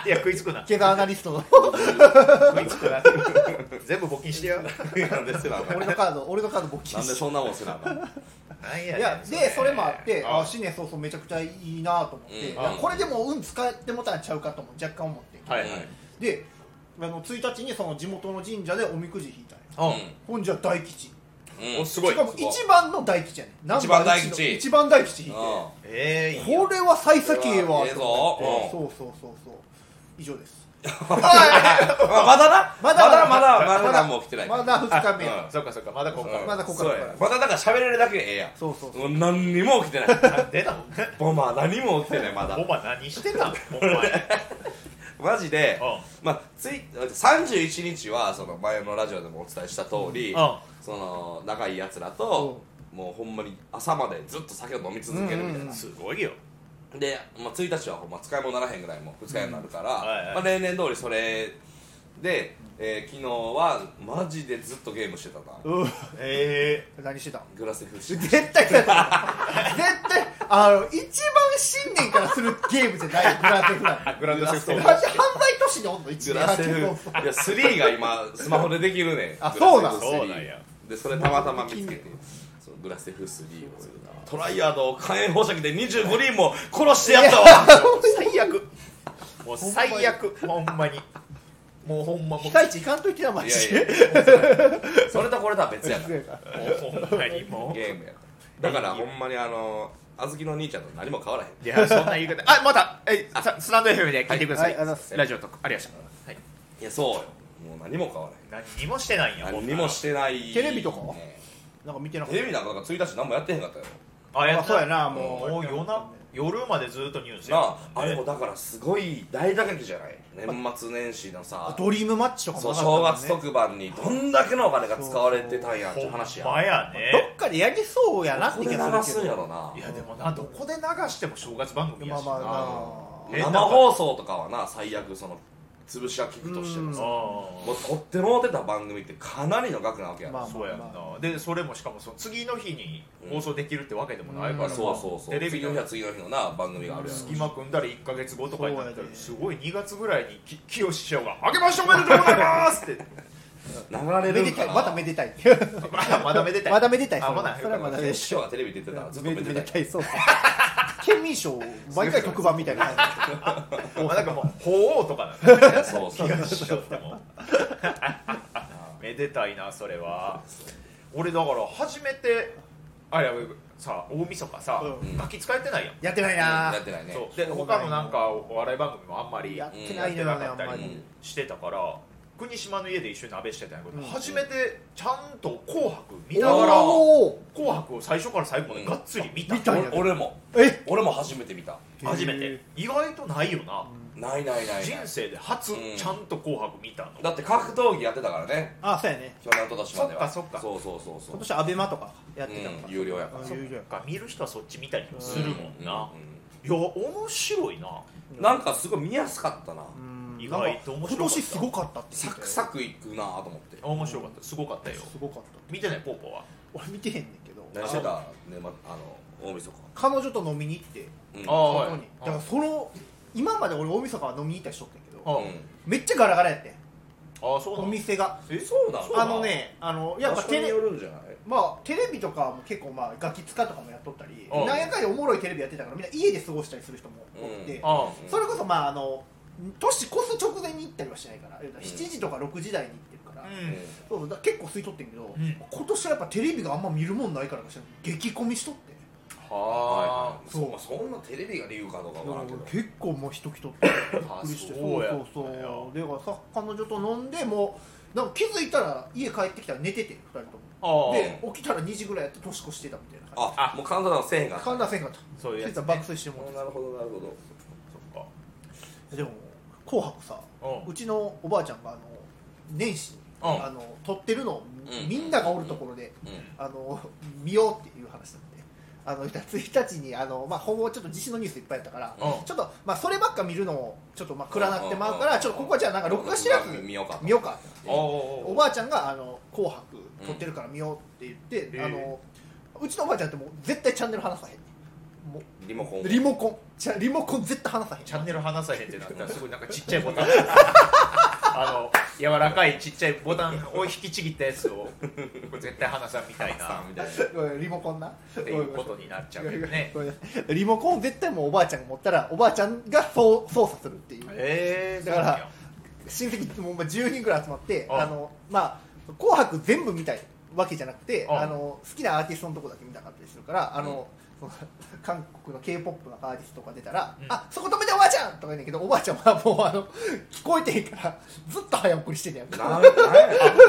Speaker 1: いや食いつく
Speaker 3: <laughs>
Speaker 1: な
Speaker 3: 経済アナリストの
Speaker 1: 食いつくな全部募金してよ
Speaker 2: なんでせなあかん
Speaker 3: 俺のカード俺のカード募金
Speaker 2: なんで
Speaker 3: して
Speaker 2: そんなもんせなあかん
Speaker 1: なんや
Speaker 3: いや
Speaker 1: ねん
Speaker 3: でそれもあってあ
Speaker 1: あ
Speaker 3: 新年早々めちゃくちゃいいなと思って、
Speaker 2: うん
Speaker 3: いやこれでもう運使ってもたんちゃうかとも若干思って、
Speaker 1: はいはい
Speaker 3: であの1日にその地元の神社でおみくじ引いたんや
Speaker 1: うん
Speaker 3: ほんじゃ大吉
Speaker 2: うんうん
Speaker 1: おすごい
Speaker 3: しかも一番の大吉やねんナンバー
Speaker 2: 一番大吉
Speaker 3: 一番大吉引いて
Speaker 2: うん
Speaker 1: ええいい
Speaker 3: これは幸先ええわ
Speaker 2: ええぞ
Speaker 3: と思って
Speaker 2: う
Speaker 3: そうそうそうそう以上です
Speaker 2: あまだな
Speaker 3: まだ
Speaker 2: まだまだま
Speaker 3: ま
Speaker 2: だ
Speaker 3: だ
Speaker 2: 何も来てない
Speaker 3: まだ2日目
Speaker 2: うん
Speaker 1: そっかそっかまだこっか
Speaker 2: うん
Speaker 3: まだここから
Speaker 2: そうやまだだから喋れるだけでええやん
Speaker 3: そうそうそう
Speaker 2: もう何にも起き
Speaker 3: <laughs>
Speaker 2: てない
Speaker 1: らなんでなの
Speaker 2: ボマー何も起きてないまだ
Speaker 1: お前何してたのお前
Speaker 2: マジで
Speaker 1: うん
Speaker 2: まあつい31日はその前のラジオでもお伝えした通り、
Speaker 1: うん
Speaker 2: その仲いいやつらと、もうほんまに朝までずっと酒を飲み続けるみたいな、
Speaker 3: うんうん
Speaker 1: すごいよ
Speaker 2: で、まあ、1日はほんま使い物ならへんぐらいもう二日酔いになるから、
Speaker 1: はいはい
Speaker 2: まあ、例年通りそれで、えー昨日はマジでずっとゲームしてたな、
Speaker 3: うん
Speaker 1: え
Speaker 3: 何してたん
Speaker 2: グラセフし
Speaker 3: <laughs> 絶対そうやった絶対あの一番新年からするゲームじゃないグランドフラ
Speaker 1: え
Speaker 3: イ
Speaker 1: グランドセフト
Speaker 3: マジ犯罪都市におんの一
Speaker 2: グ
Speaker 3: 年
Speaker 2: ラセフいや
Speaker 3: あ
Speaker 2: 3が今スマホでできるねん
Speaker 3: あそうなん
Speaker 2: グラセフ3
Speaker 1: そうなんや
Speaker 2: でそれたまたま見つけてそうグラセフ3をトライアードを火炎放射器で25人も殺してやったわ
Speaker 1: 最悪もう最悪ほんまにもうほんまもう
Speaker 3: 被災地行かんといてなマ
Speaker 2: い
Speaker 3: ジ
Speaker 2: や
Speaker 3: で
Speaker 2: いやそれとこれとは別やから
Speaker 1: もうほんまにもう
Speaker 2: ゲームやからだからほんまにあのあずきの兄ちゃんと何も変わらへん
Speaker 1: いやそんな言い方あまたえさスタンド FM で聞いてください、
Speaker 3: はいありがとうございます
Speaker 1: ラジオとかありがとうございました、はい、
Speaker 2: いやそうよもう何も変わ
Speaker 1: 何にもしてないんや
Speaker 2: らへん何にもしてない
Speaker 3: テレビとか
Speaker 2: ね
Speaker 3: なんか見てなかっ
Speaker 2: テレビなんかなんか1日何もやってへんかったよ
Speaker 1: ほんまあ
Speaker 3: た
Speaker 1: や
Speaker 3: あ
Speaker 1: っ
Speaker 3: そうや
Speaker 1: た
Speaker 3: な
Speaker 1: も
Speaker 3: も
Speaker 1: う
Speaker 3: う
Speaker 1: 夜な夜までずっとニュース
Speaker 2: な
Speaker 1: や
Speaker 2: あ
Speaker 1: った
Speaker 2: あ
Speaker 1: んで
Speaker 2: れもだからすごい大打撃じゃない年末年始のさ
Speaker 3: ドリームマッチとかも
Speaker 2: そう
Speaker 3: なかった
Speaker 2: 正
Speaker 3: も
Speaker 2: 月
Speaker 3: んね
Speaker 2: 特番にどんだけのお金が使われてたんやっていう話や
Speaker 1: ほんまや
Speaker 3: ど
Speaker 1: ね
Speaker 3: っかでやりそうやなっ
Speaker 2: こ
Speaker 3: て
Speaker 2: こで
Speaker 3: 気
Speaker 2: 流
Speaker 3: が
Speaker 2: す
Speaker 3: する
Speaker 2: ん
Speaker 3: け
Speaker 2: や
Speaker 3: ど
Speaker 2: ろない
Speaker 1: やでもなどこで流しても正月番組や
Speaker 3: まあ
Speaker 1: しな、
Speaker 3: まあな
Speaker 1: え
Speaker 2: 生放送とかはな最悪その潰しは聞くとしても
Speaker 1: あ
Speaker 2: さ
Speaker 1: ー
Speaker 2: もう取ってもうてた番組ってかなりの額なわけやろ、
Speaker 3: まあ
Speaker 1: そうやんな、
Speaker 3: ま
Speaker 1: でそれもしかもその次の日に放送できるってわけでもないから、
Speaker 3: うん
Speaker 2: そうそうそう
Speaker 1: テレビ
Speaker 2: 次
Speaker 1: の
Speaker 2: の日は次の日のな番組があるやろ
Speaker 1: 隙間組んだら1か月後とかになった
Speaker 3: そう
Speaker 1: ら
Speaker 3: やです
Speaker 1: ごい2月ぐらいにき清志師匠が「あけましておめでとうございます!」って
Speaker 2: 流れ
Speaker 3: め
Speaker 2: る
Speaker 3: で
Speaker 2: んか
Speaker 3: たい
Speaker 2: な
Speaker 3: まだめでたい <laughs>
Speaker 1: あまだめでたい
Speaker 3: まだめでたい
Speaker 1: あ
Speaker 3: そ
Speaker 1: ま
Speaker 3: れは
Speaker 1: だ
Speaker 3: それはまだめでたい
Speaker 2: 師匠がテレビ出てたらずっとめでたい
Speaker 3: いそうそう県民賞毎回特番みたいな感じ
Speaker 1: まあなんかもう鳳凰とかなんだね
Speaker 2: そうそう
Speaker 1: 清志師匠ってもめでたいなそれは俺だから初めてあいやさ大晦日さ、
Speaker 3: うん
Speaker 1: ガキ使えてないやん
Speaker 3: やってないな
Speaker 2: やってないね
Speaker 1: そうで
Speaker 3: そう
Speaker 1: 他のなんかお笑い番組もあんまり
Speaker 3: やっ
Speaker 1: や
Speaker 3: てないのよ
Speaker 1: やっ
Speaker 3: ね
Speaker 1: てなか
Speaker 3: あん
Speaker 1: ったり
Speaker 3: ま
Speaker 2: う
Speaker 3: り
Speaker 2: ん
Speaker 1: してたから国島の家で一緒に鍋してたんやけど、
Speaker 3: うん
Speaker 1: 初めてちゃんと「紅白」見ながら
Speaker 3: おお
Speaker 1: 「紅白」を最初から最後までがっつり見た,、
Speaker 3: 見たんや
Speaker 2: 俺俺も
Speaker 3: え
Speaker 2: 俺も初めて見た
Speaker 1: 初めて意外とないよな、
Speaker 2: ないないない
Speaker 1: 人
Speaker 2: ない
Speaker 1: 生で初
Speaker 2: うん
Speaker 1: ちゃんと「紅白」見たの、
Speaker 2: だって格闘技やってたからね
Speaker 3: あそうやね
Speaker 2: 去年と年までは
Speaker 1: そっかそっか
Speaker 2: そうそうそうそう
Speaker 3: 今年アベマとかやってたの
Speaker 2: う
Speaker 3: か
Speaker 2: ん有料やから
Speaker 3: あ
Speaker 1: そっ
Speaker 3: 有料や
Speaker 1: か見る人はそっち見たりもするもんな、
Speaker 2: う
Speaker 1: いや面白いな
Speaker 2: うんなんかすごい見やすかったな
Speaker 3: うん
Speaker 1: 意外と面白かった
Speaker 3: 今年すごかったって聞い
Speaker 2: サ
Speaker 3: たよ
Speaker 2: クサクいくなと思って
Speaker 1: 面白かったすごかったよ
Speaker 3: すごかった
Speaker 1: 見てないポーポーは、
Speaker 3: 俺見てへんねんけど
Speaker 2: 何して
Speaker 3: あの
Speaker 2: たねまあの大晦
Speaker 3: 彼女と飲みに行って
Speaker 2: 日
Speaker 1: あ
Speaker 3: そ
Speaker 1: はい
Speaker 3: こにだからその今まで俺大晦日は飲みに行ったりしとったんやけど
Speaker 1: あ
Speaker 2: うん
Speaker 3: めっちゃガラガラやってん
Speaker 1: あそう
Speaker 3: お
Speaker 1: なの
Speaker 3: 店が
Speaker 1: え
Speaker 2: そうなの
Speaker 1: そう
Speaker 3: あ
Speaker 1: なの
Speaker 3: のねあのやっぱ
Speaker 2: 場所
Speaker 3: テ
Speaker 2: に
Speaker 3: レ
Speaker 2: よるんじゃない
Speaker 3: まあ、テレビとかも結構、まあ、ガキ使とかもやっとったり、
Speaker 1: うん
Speaker 3: なんやかんやおもろいテレビやってたから、みんな家で過ごしたりする人も多くて、
Speaker 2: うん
Speaker 1: あ
Speaker 3: それこそ、まあ、あの年越す直前に行ったりはしないから、7時とか6時台に行ってるから、
Speaker 1: うん
Speaker 3: そうそうだ結構吸いとってんけど、
Speaker 1: うん
Speaker 3: 今年はやっぱテレビがあんま見るもんないからかしらんけど激混みしとって、
Speaker 1: はあ
Speaker 2: はいそうまあそんなテレビが理由かどうかわからんけど
Speaker 3: 結構もう人来とってびっ
Speaker 1: あ
Speaker 3: くりし
Speaker 1: そ
Speaker 3: て
Speaker 1: うや
Speaker 3: そうそうそうでさ彼女と飲んでもうなんか気づいたら家帰ってきたら寝てて2人と
Speaker 1: あ
Speaker 3: も
Speaker 1: ー
Speaker 3: で起きたら2時ぐらいやって年越してたみたいな感
Speaker 2: あもうカウントダウンせえへんか
Speaker 3: じ
Speaker 2: った
Speaker 3: 神田せんかった
Speaker 1: そういうやつね
Speaker 3: せん爆睡してもらっ
Speaker 2: お
Speaker 3: て
Speaker 2: なるほどなるほど
Speaker 1: そっ
Speaker 3: でも「紅白さ」
Speaker 1: うん
Speaker 3: うちのおばあちゃんがあの年始に、
Speaker 2: うん
Speaker 3: あの撮ってるのを
Speaker 2: うん
Speaker 3: みんながおるところで、
Speaker 2: う
Speaker 3: あの <laughs> 見ようっていう話なんで。あの1日にあの、まあ、ほぼちょっと地震のニュースいっぱいあったから、
Speaker 2: うん
Speaker 3: ちょっと、まあ、そればっか見るのをちょっとまあ暗なってまうか
Speaker 2: うんうんう
Speaker 3: ら
Speaker 2: ん
Speaker 3: ちょっとここはじゃあなんか録画してるやつ
Speaker 2: 見ようか
Speaker 3: 見ようかって
Speaker 1: かお
Speaker 3: おばあちゃんが「あの紅白」撮ってるから見ようって言って、
Speaker 1: うん
Speaker 3: あのうちのおばあちゃんってもう絶対チャンネル離さへんねんも
Speaker 2: リモコン
Speaker 3: うリモコンじゃリモコン絶対離さへん
Speaker 1: チャンネル離さへんってなったらすごいなんかちっちゃいボタンあの柔らかいちっちゃいボタンを引きちぎったやつをこれ絶対離さんみたいな
Speaker 2: さんみたいな
Speaker 3: リモコンな
Speaker 1: っていうことになっちゃうけどね
Speaker 3: ごめんなさいリモコンを絶対もうおばあちゃんが持ったらおばあちゃんが操操作するっていう
Speaker 1: えー、
Speaker 3: だから親戚もう10人ぐらい集まって
Speaker 1: あ
Speaker 3: あの、まあ「紅白」全部見たいわけじゃなくて
Speaker 1: あ
Speaker 3: あの好きなアーティストのとこだけ見たかったりするからあの、その韓国の k p o p のアーティストが出たら「
Speaker 1: うん
Speaker 3: あそこ止めておばあちゃん!」とか言うねんけどおばあちゃんはもうあの聞こえてへんからずっと早送りしてんねやんか
Speaker 2: なな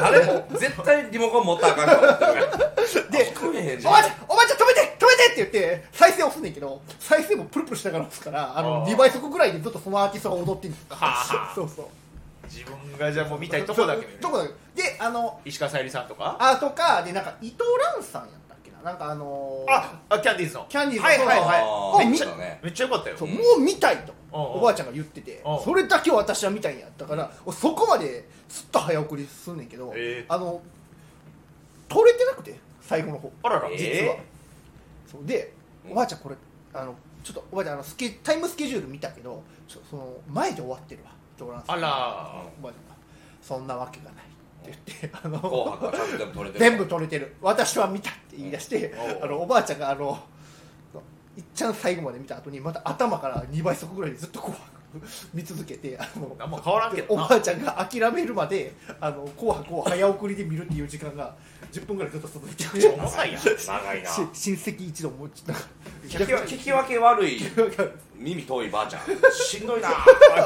Speaker 2: 誰も絶対リモコン持ったらあかんから <laughs>
Speaker 3: で
Speaker 2: 聞こえへん
Speaker 3: お
Speaker 2: じゃん
Speaker 3: ばあちゃん、おばあちゃん止めて止めてって言って、再生押すねんけど、再生もプルプルしながら押すから、あの、
Speaker 1: あー
Speaker 3: 2倍速ぐらいでずっとそのアーティストが踊ってんですよ
Speaker 1: はあはあ
Speaker 3: <laughs> そうそう。
Speaker 1: 自分がじゃあもう見たいとこだけ見る
Speaker 3: どこだけ。で、あの、
Speaker 1: 石川さゆりさんとか
Speaker 3: あとか、で、なんか、伊藤蘭さんやったっけな。なんかあのー
Speaker 1: ああキャンディーズの
Speaker 3: キャンディーズ
Speaker 1: はいはい
Speaker 3: そう
Speaker 1: は
Speaker 2: あー
Speaker 3: めっ
Speaker 2: 見
Speaker 3: ち
Speaker 2: た
Speaker 3: ゃ
Speaker 2: ね
Speaker 1: いめっちゃよかったよ
Speaker 3: そう
Speaker 2: うん
Speaker 3: もう見たいと、
Speaker 1: うんうん
Speaker 3: おばあちゃんが言ってて、
Speaker 1: うん
Speaker 3: それだけは私は見たいんやだから、俺そこまでずっと早送りすんねんけど、
Speaker 1: ええ
Speaker 3: あの、撮れてなくて、最後の方。
Speaker 1: あらら、
Speaker 2: え
Speaker 3: 実は、そうで
Speaker 2: うん
Speaker 3: おばあちゃんこれあのちょっとおばあちゃんあのスケタイムスケジュール見たけどちょその前で終わってるわっておらんす
Speaker 1: あら
Speaker 3: おばあちゃんがそんなわけがないって言ってあ
Speaker 2: 紅
Speaker 3: の
Speaker 2: 白はちゃんと全部取れてる
Speaker 3: 全部取れてる私は見たって言い出して、
Speaker 1: うんおう
Speaker 3: あのおばあちゃんがあのいっちゃん最後まで見た後にまた頭から2倍速ぐらいでずっと紅白見続けてあの
Speaker 1: 何も変わらんけ
Speaker 3: で
Speaker 1: ど
Speaker 3: お
Speaker 1: な
Speaker 3: ばあちゃんが諦めるまであの紅白を早送りで見るっていう時間が10分ぐらいずっと続いてる
Speaker 1: 長いやん
Speaker 2: 長いな
Speaker 3: し親戚一同もうちょっと
Speaker 2: 聞きわ聞き分け悪い耳遠いばあちゃんしんどいな
Speaker 1: ば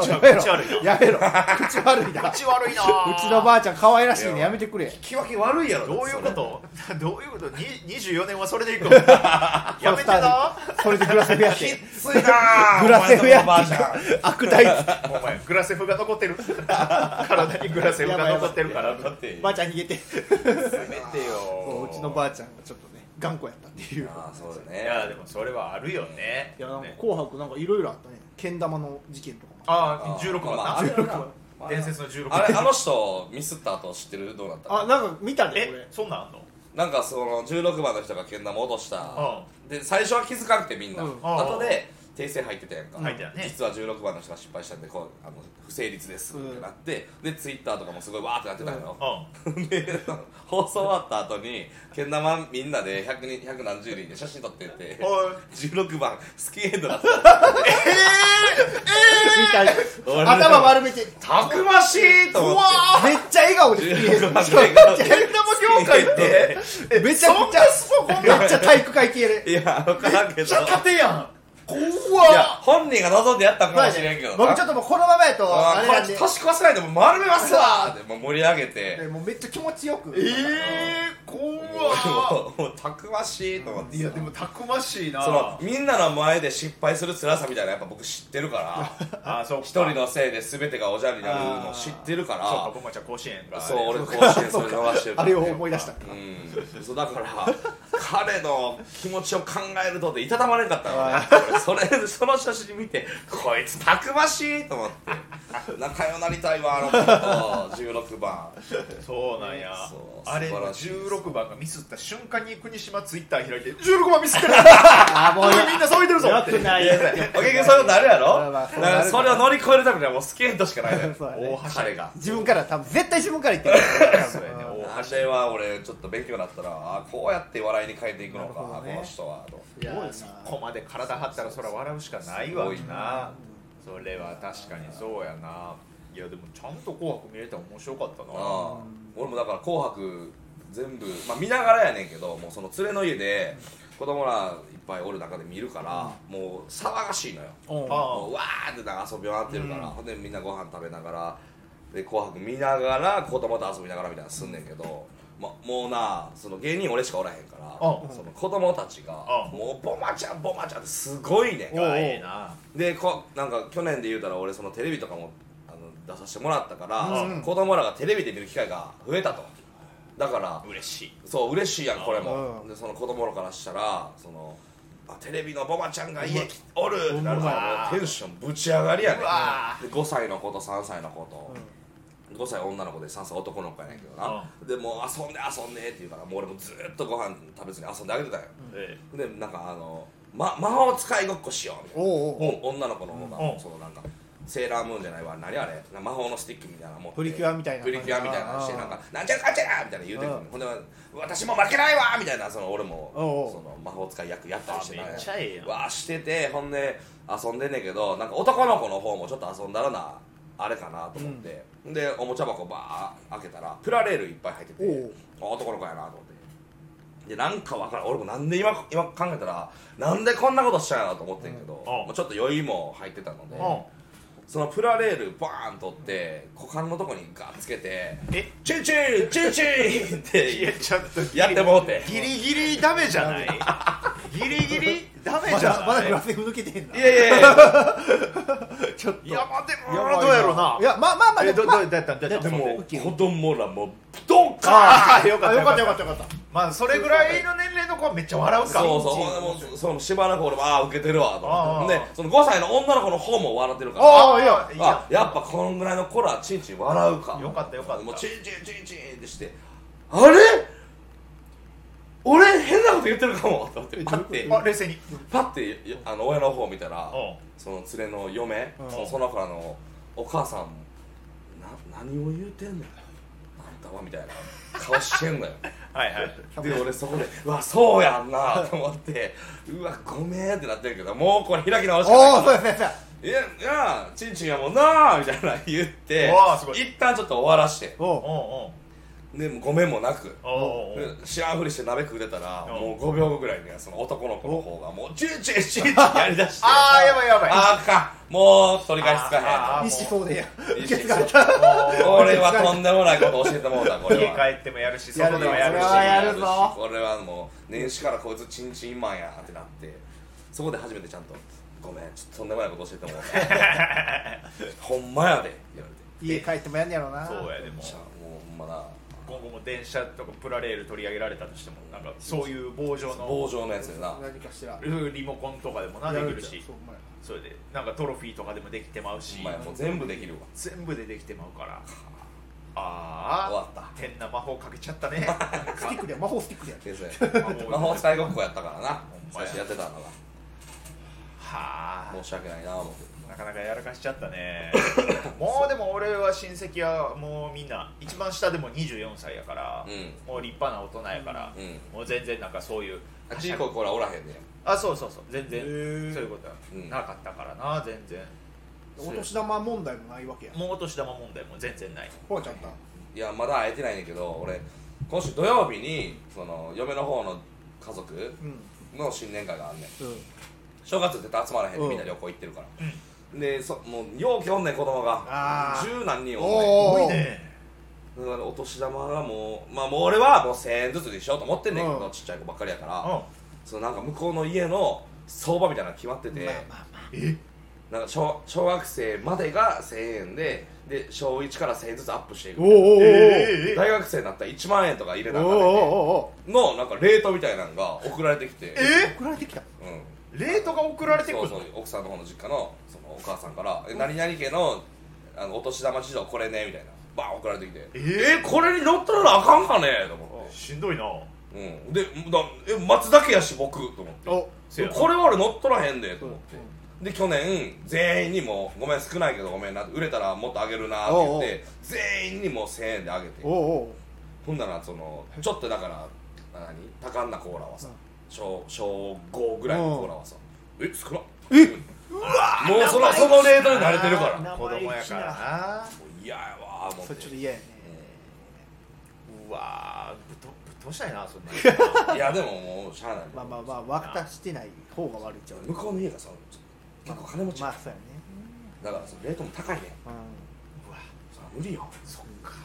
Speaker 1: あちゃん
Speaker 3: やめろ
Speaker 1: 口悪いな
Speaker 3: やめろ口悪いなう
Speaker 1: 口悪いな
Speaker 3: ちのばあちゃん可愛らしいねやめてくれ
Speaker 2: 聞き分け悪いやろ
Speaker 1: どういう
Speaker 2: そ
Speaker 1: こ
Speaker 2: れ
Speaker 1: とどういうことに24年はそれでいくのやめてな
Speaker 3: それでグラセフやっ
Speaker 2: き
Speaker 3: て
Speaker 2: ついな
Speaker 3: グラセフや
Speaker 2: お前そのばあ
Speaker 3: っ
Speaker 2: ち
Speaker 3: て悪態つき
Speaker 1: お前グラセフが残ってる体にグラセフが残ってるか
Speaker 2: ゃ
Speaker 1: ら
Speaker 2: んだって
Speaker 3: ばあちゃん逃げて
Speaker 2: やめて
Speaker 3: そ
Speaker 2: よ
Speaker 3: ううちのばあちゃんがちょっとね頑固やったっていう
Speaker 2: ああそうだ
Speaker 1: い
Speaker 2: ね
Speaker 1: やでもそれはあるよね
Speaker 3: いやなんか
Speaker 1: ね
Speaker 3: 紅白なんかいろいろあったねけん玉の事件とかも
Speaker 1: ああ16番
Speaker 2: ま
Speaker 1: な、
Speaker 2: ああれやなまあ
Speaker 1: 伝説の16番
Speaker 2: あれあの人ミスった後知ってるどうなった
Speaker 3: あなんか見たで
Speaker 1: え
Speaker 3: 俺
Speaker 1: そんなんあんの
Speaker 2: なんかその16番の人がけん玉落とした
Speaker 1: う
Speaker 2: で最初は気づかなくてみんな
Speaker 3: うん
Speaker 2: 後で訂正入ってたやんか
Speaker 1: 入ってたね
Speaker 2: 実は16番の人が失敗したんでこうあの不成立ですってなってでツイッターとかもすごいわーってなってたのよ
Speaker 1: う
Speaker 2: で放送終わった後にけん玉みんなで100人100何十人で写真撮ってて
Speaker 1: んおい
Speaker 2: 16番スキーエンドだった
Speaker 3: 見たで
Speaker 2: 俺
Speaker 3: 頭丸めて
Speaker 2: たくましいと思って
Speaker 3: めっちゃ笑顔でスキー
Speaker 2: 16番で
Speaker 1: けん玉業界
Speaker 2: <laughs>
Speaker 1: って
Speaker 3: めちゃくちゃめっちゃ体育会系で
Speaker 2: いや分からんけどい
Speaker 3: 勝てやん怖
Speaker 2: や
Speaker 3: っ
Speaker 2: 本人が望んでやったんかもしれんけど
Speaker 3: 僕ちょっともうこのままやとあ
Speaker 2: あ
Speaker 3: れ
Speaker 2: これ
Speaker 3: なんで
Speaker 2: 年越せないでもう丸めますわってもう盛り上げ
Speaker 3: で
Speaker 2: て
Speaker 3: もうめっちゃ気持ちよく、
Speaker 1: えー、
Speaker 2: も <laughs>
Speaker 1: 怖っ
Speaker 2: うもうたくましいと思って
Speaker 1: いやでもたくましいな
Speaker 2: そのみんなの前で失敗する辛さみたいなやっぱ僕知ってるか
Speaker 1: <laughs>
Speaker 2: ら
Speaker 1: あそうか
Speaker 2: 一人のせいで全てがおじゃんになるの知ってるか
Speaker 1: そうから僕もちゃん甲子園が
Speaker 2: そう俺甲子園それ逃してる
Speaker 3: あれを思い
Speaker 1: <laughs>
Speaker 3: 出した
Speaker 2: うんそうだから彼の気持ちを考えるとでいたたまれんかったの俺それその写真見てこいつたくましいと思って仲良なりたいわあの子と16番
Speaker 1: そうなんや
Speaker 2: そう
Speaker 1: あれ
Speaker 2: 素晴らしいです
Speaker 1: 16番がミスった瞬間に国島ツイッター開いて16番ミスってる
Speaker 3: あもう
Speaker 1: みんな騒いでるぞ
Speaker 3: よ
Speaker 1: って
Speaker 3: くないやつや
Speaker 2: おげんそういうことあるや
Speaker 3: まあ
Speaker 2: ろ
Speaker 3: まあ
Speaker 2: だ
Speaker 3: そ
Speaker 2: か
Speaker 3: うなるから
Speaker 2: らそれを乗り越えるためにはもうスケートしかないのよ
Speaker 3: そうだね
Speaker 2: 大はしゃぎが
Speaker 3: 自分から多分絶対自分から
Speaker 1: <laughs>
Speaker 3: 言ってる
Speaker 1: そうやね大
Speaker 2: あれは俺ちょっと勉強になったらあこうやって笑いに変えていくの
Speaker 3: なるほ
Speaker 2: か、
Speaker 3: どね
Speaker 2: この人はと
Speaker 3: いやーな
Speaker 1: そこまで体張ったらそら笑うしかないわ
Speaker 2: すごい
Speaker 1: なそれは確かにそうやないやでもちゃんと「紅白」見れたら面白かったな
Speaker 2: ああ俺もだから「紅白」全部、まあ、見ながらやねんけどもうその連れの家で子供らいっぱいおる中で見るから、もう騒がしいのよ
Speaker 3: おう
Speaker 1: あ
Speaker 2: もうわーってなんか遊び回ってるから、ほんでみんなご飯食べながらで「紅白」見ながら子供と遊びながらみたいなのすんねんけど、ま、もうなその芸人俺しかおらへんから
Speaker 1: あ
Speaker 2: その子供たちが
Speaker 1: あ
Speaker 2: もうボマちゃんボマちゃんってすごいねん
Speaker 1: うわええな
Speaker 2: でこなんか去年で言うたら俺そのテレビとかもあの出させてもらったから、
Speaker 3: うんうん
Speaker 2: 子供らがテレビで見る機会が増えたとだから
Speaker 1: 嬉しい
Speaker 2: そう嬉しいやんこれも、
Speaker 3: うん
Speaker 2: でその子供らからしたらそのあテレビのボマちゃんが家来おるってなるから
Speaker 1: うわ
Speaker 2: もうテンションぶち上がりやねん
Speaker 1: うわ
Speaker 2: で5歳の子と3歳の子と、5歳女の子で3歳男の子やねんけどな、でもう遊んで遊んでって言うからもう俺もずっとご飯食べずに遊んであげてたよ、
Speaker 1: え
Speaker 2: でなんかあの、ま、魔法使いごっこしようみたいな
Speaker 3: おうおう
Speaker 2: お女の子の方が、
Speaker 1: うん
Speaker 2: そのなんかセーラームーンじゃないわ何あれ魔法のスティックみたいなの持って
Speaker 3: プリキュアみたいな
Speaker 2: プリキュアみたいなのして
Speaker 3: あー
Speaker 2: なんか「なんちゃらかんちゃら!」みたいな言うてくる
Speaker 3: うん
Speaker 2: ほんで私も負けないわ!」みたいなその俺も
Speaker 3: おうおう
Speaker 2: その魔法使い役やったりして
Speaker 1: あめっちゃええやん
Speaker 2: わーしててほんで遊んでんねんけどなんか男の子の方もちょっと遊んだらなあれかなと思って、でおもちゃ箱バー開けたらプラレールいっぱい入ってて
Speaker 3: おう
Speaker 2: あ男の子やなと思って。でなんかわからん俺もなんで今今考えたらなんでこんなことしたんやろと思ってんけど、
Speaker 1: うんうん
Speaker 2: もうちょっと酔いも入ってたので、
Speaker 1: うん
Speaker 2: そのプラレールバーン取って股間のとこにガッつけて
Speaker 1: え
Speaker 2: 「チュンチュンチュンチュン!」っ
Speaker 1: いや
Speaker 2: て
Speaker 1: ちょっとギリ
Speaker 2: やってもうて
Speaker 1: ギリギリダメじゃ
Speaker 2: <laughs>
Speaker 1: ないギリギリダメ
Speaker 3: ま
Speaker 1: じゃな
Speaker 3: だ
Speaker 1: い
Speaker 3: まだグラフィック抜けてへんない
Speaker 2: やいやいや
Speaker 3: ちょっと
Speaker 1: いやまあで
Speaker 3: やばい
Speaker 1: もどうやろうない
Speaker 3: やまあまあまあ
Speaker 1: えど
Speaker 3: まあ
Speaker 1: どうやったんだった
Speaker 2: でも
Speaker 3: ウキウキ
Speaker 2: 子供らもドッカーン
Speaker 1: ああよかっ
Speaker 3: あ
Speaker 1: た
Speaker 3: よ
Speaker 1: よか
Speaker 3: かっ
Speaker 1: ったた
Speaker 3: よかったよかった
Speaker 1: まあそれぐらいの年齢の子はめっちゃ笑うか
Speaker 2: そうそうほんでもうそのしばらく俺もああウケてるわと
Speaker 1: ああ
Speaker 2: 思ってでその5歳の女の子の方も笑ってるから
Speaker 3: ああいや
Speaker 1: いや
Speaker 2: あやっぱこのぐらいの頃はチンチン笑うか
Speaker 1: よかったよかった
Speaker 2: もうチンチンチンチンってしてあれ俺変なこと言ってるかもと思ってパッて
Speaker 1: あ冷静に
Speaker 2: パッてあの親の方見たら
Speaker 1: うん
Speaker 2: その連れの嫁
Speaker 3: うん
Speaker 2: そのその子らのお母さんな何を言うてんねんあんたはみたいな顔してんの
Speaker 3: <laughs>
Speaker 2: よ
Speaker 1: はいはい
Speaker 2: で俺そこでうわそうやんなと思ってうわごめんってなってるけどもうこれ開き直しかない
Speaker 3: お
Speaker 2: か
Speaker 3: お
Speaker 2: ら
Speaker 3: そうやそうやそうや
Speaker 2: いや、いや、チンチンやもんなみたいな <laughs> 言って
Speaker 1: うわあすご、い
Speaker 2: 一旦ちょっと終わらして、
Speaker 3: お
Speaker 1: うん
Speaker 3: う
Speaker 2: でもうごめんもなく、
Speaker 1: うんうんうん
Speaker 2: で知らんふりして鍋食うてたら、
Speaker 1: うん
Speaker 2: もう5秒後ぐらいにはその男の子の方が、もうチンチンチンチンやりだして、
Speaker 1: ああやばいやばい
Speaker 2: あーか、もう取り返しつ
Speaker 1: あ
Speaker 2: か
Speaker 1: ー
Speaker 3: 意識そうでや
Speaker 2: へん。
Speaker 3: 受け継が
Speaker 2: れ
Speaker 3: れた
Speaker 2: これはとんでもないこと教えてもらった、こ
Speaker 1: 家
Speaker 2: れは。
Speaker 1: 帰ってもやるし外でもやるし
Speaker 3: これはやるぞ
Speaker 2: これはもう年始からこいつチンチンマンやってなってそこで初めてちゃんと「ごめんちょっととんでもないこと教えてもらったほんまやで」って言われて
Speaker 3: 家帰ってもやんねやろな
Speaker 1: そうやでも
Speaker 2: じゃあもうほんまな
Speaker 1: 今後も電車とかプラレール取り上げられたとしてもなんかそういう棒状
Speaker 2: 棒
Speaker 1: の
Speaker 2: 状のやつでな
Speaker 3: 何かしら
Speaker 1: リモコンとかでもなできる
Speaker 3: や
Speaker 1: し
Speaker 3: そうほんまや
Speaker 1: それでなんかトロフィーとかでもできてまうし
Speaker 2: お前もう全部できるわ
Speaker 1: 全部でできてまうから
Speaker 2: 終わ
Speaker 1: あ
Speaker 2: った
Speaker 1: あ変な魔法かけちゃった
Speaker 2: <laughs>
Speaker 1: ね
Speaker 3: スティックで魔法スティックでや
Speaker 1: 魔
Speaker 2: 先
Speaker 1: 法
Speaker 2: 生魔法使いごっこやったからな
Speaker 1: ほんま
Speaker 2: 最
Speaker 1: や
Speaker 2: 初やってたの
Speaker 1: はあ
Speaker 2: が申し訳ないな思って
Speaker 1: なかなかやらかしちゃった
Speaker 2: <laughs>
Speaker 1: ねもうでも俺は親戚はもうみんな一番下でも24歳やから、
Speaker 2: う
Speaker 1: もう立派な大人やから、
Speaker 2: んうん
Speaker 1: もう全然なんかそういう
Speaker 2: あちいここらおらへんね
Speaker 1: あそうそうそう全然
Speaker 3: へ
Speaker 1: そう
Speaker 3: ー
Speaker 1: いうことは
Speaker 2: うん
Speaker 1: なかったからな全然
Speaker 3: お年玉問題もないわけや
Speaker 1: もうお年玉問題も全然ない
Speaker 3: ほらちゃんと
Speaker 2: いやまだ会えてないねんけど俺今週土曜日にその嫁の方の家族
Speaker 3: うん
Speaker 2: の新年会があんねん
Speaker 3: うん
Speaker 2: 正月絶対集まらへんで
Speaker 3: うん
Speaker 2: みんな旅行行ってるから、でそもうようきおんねん子供が
Speaker 3: あー
Speaker 2: 十何人
Speaker 3: お
Speaker 2: お
Speaker 3: ー
Speaker 2: ん
Speaker 3: 多
Speaker 2: ね
Speaker 3: いね
Speaker 2: んだからお年玉がもうまあもう俺はもう1000円ずつにしようと思ってんねんけど、
Speaker 3: うん
Speaker 2: ちっちゃい子ばっかりやか
Speaker 1: う
Speaker 2: ら、
Speaker 1: ん
Speaker 2: そのなんか向こうの家の相場みたいなの決まってて、
Speaker 3: まあまあまあ
Speaker 1: え
Speaker 2: なんか小小学生までが1000円でで小1から1000円ずつアップしていく
Speaker 3: おおおお
Speaker 1: ええ
Speaker 2: 大学生になったら1万円とか入れなあ
Speaker 3: お
Speaker 2: かんねんて
Speaker 3: おお
Speaker 2: のなんかレートみたいなのが送られてきて、
Speaker 1: え
Speaker 3: 送られてきた
Speaker 2: うん、
Speaker 1: レートが送られてくる
Speaker 2: そ
Speaker 1: の
Speaker 2: うそう奥さんの方の実家のそのお母さんから「え何々家のあのお年玉事情これね」みたいなバーン送られてきて「
Speaker 1: え
Speaker 2: えこれに乗ったらあかんかね」と思って。
Speaker 1: しんどいな
Speaker 2: うん、でだえ松だけやし僕と思って
Speaker 3: お
Speaker 1: せやな
Speaker 2: これは俺乗っとらへんでと
Speaker 3: う
Speaker 2: 思っ
Speaker 3: ん
Speaker 2: て、で去年全員にも「ごめん少ないけどごめんな」売れたらもっとあげるなって言って
Speaker 3: おうおう
Speaker 2: 全員にもう1000円であげて
Speaker 3: おお
Speaker 2: ほんならそのちょっとだから何多感なコーラはさ
Speaker 3: うん
Speaker 2: 小小5ぐらいのコーラはさえ少な
Speaker 3: え
Speaker 2: もうそのそのレートに慣れてるから
Speaker 3: あー
Speaker 1: 子
Speaker 2: も
Speaker 1: 供やからな
Speaker 2: う嫌やわー思って
Speaker 3: それちょっと嫌やね
Speaker 1: うわーぶとぶどうしたいなそんな
Speaker 2: いやでももうしゃあない
Speaker 3: まあまあまあ渡してない方が悪いっちゃ悪い
Speaker 2: 向こうの家がさ結構金持ち、
Speaker 3: まあそうやね
Speaker 2: だからそのレートも高いね
Speaker 3: う
Speaker 1: うわ
Speaker 2: さ無理よ
Speaker 1: そっか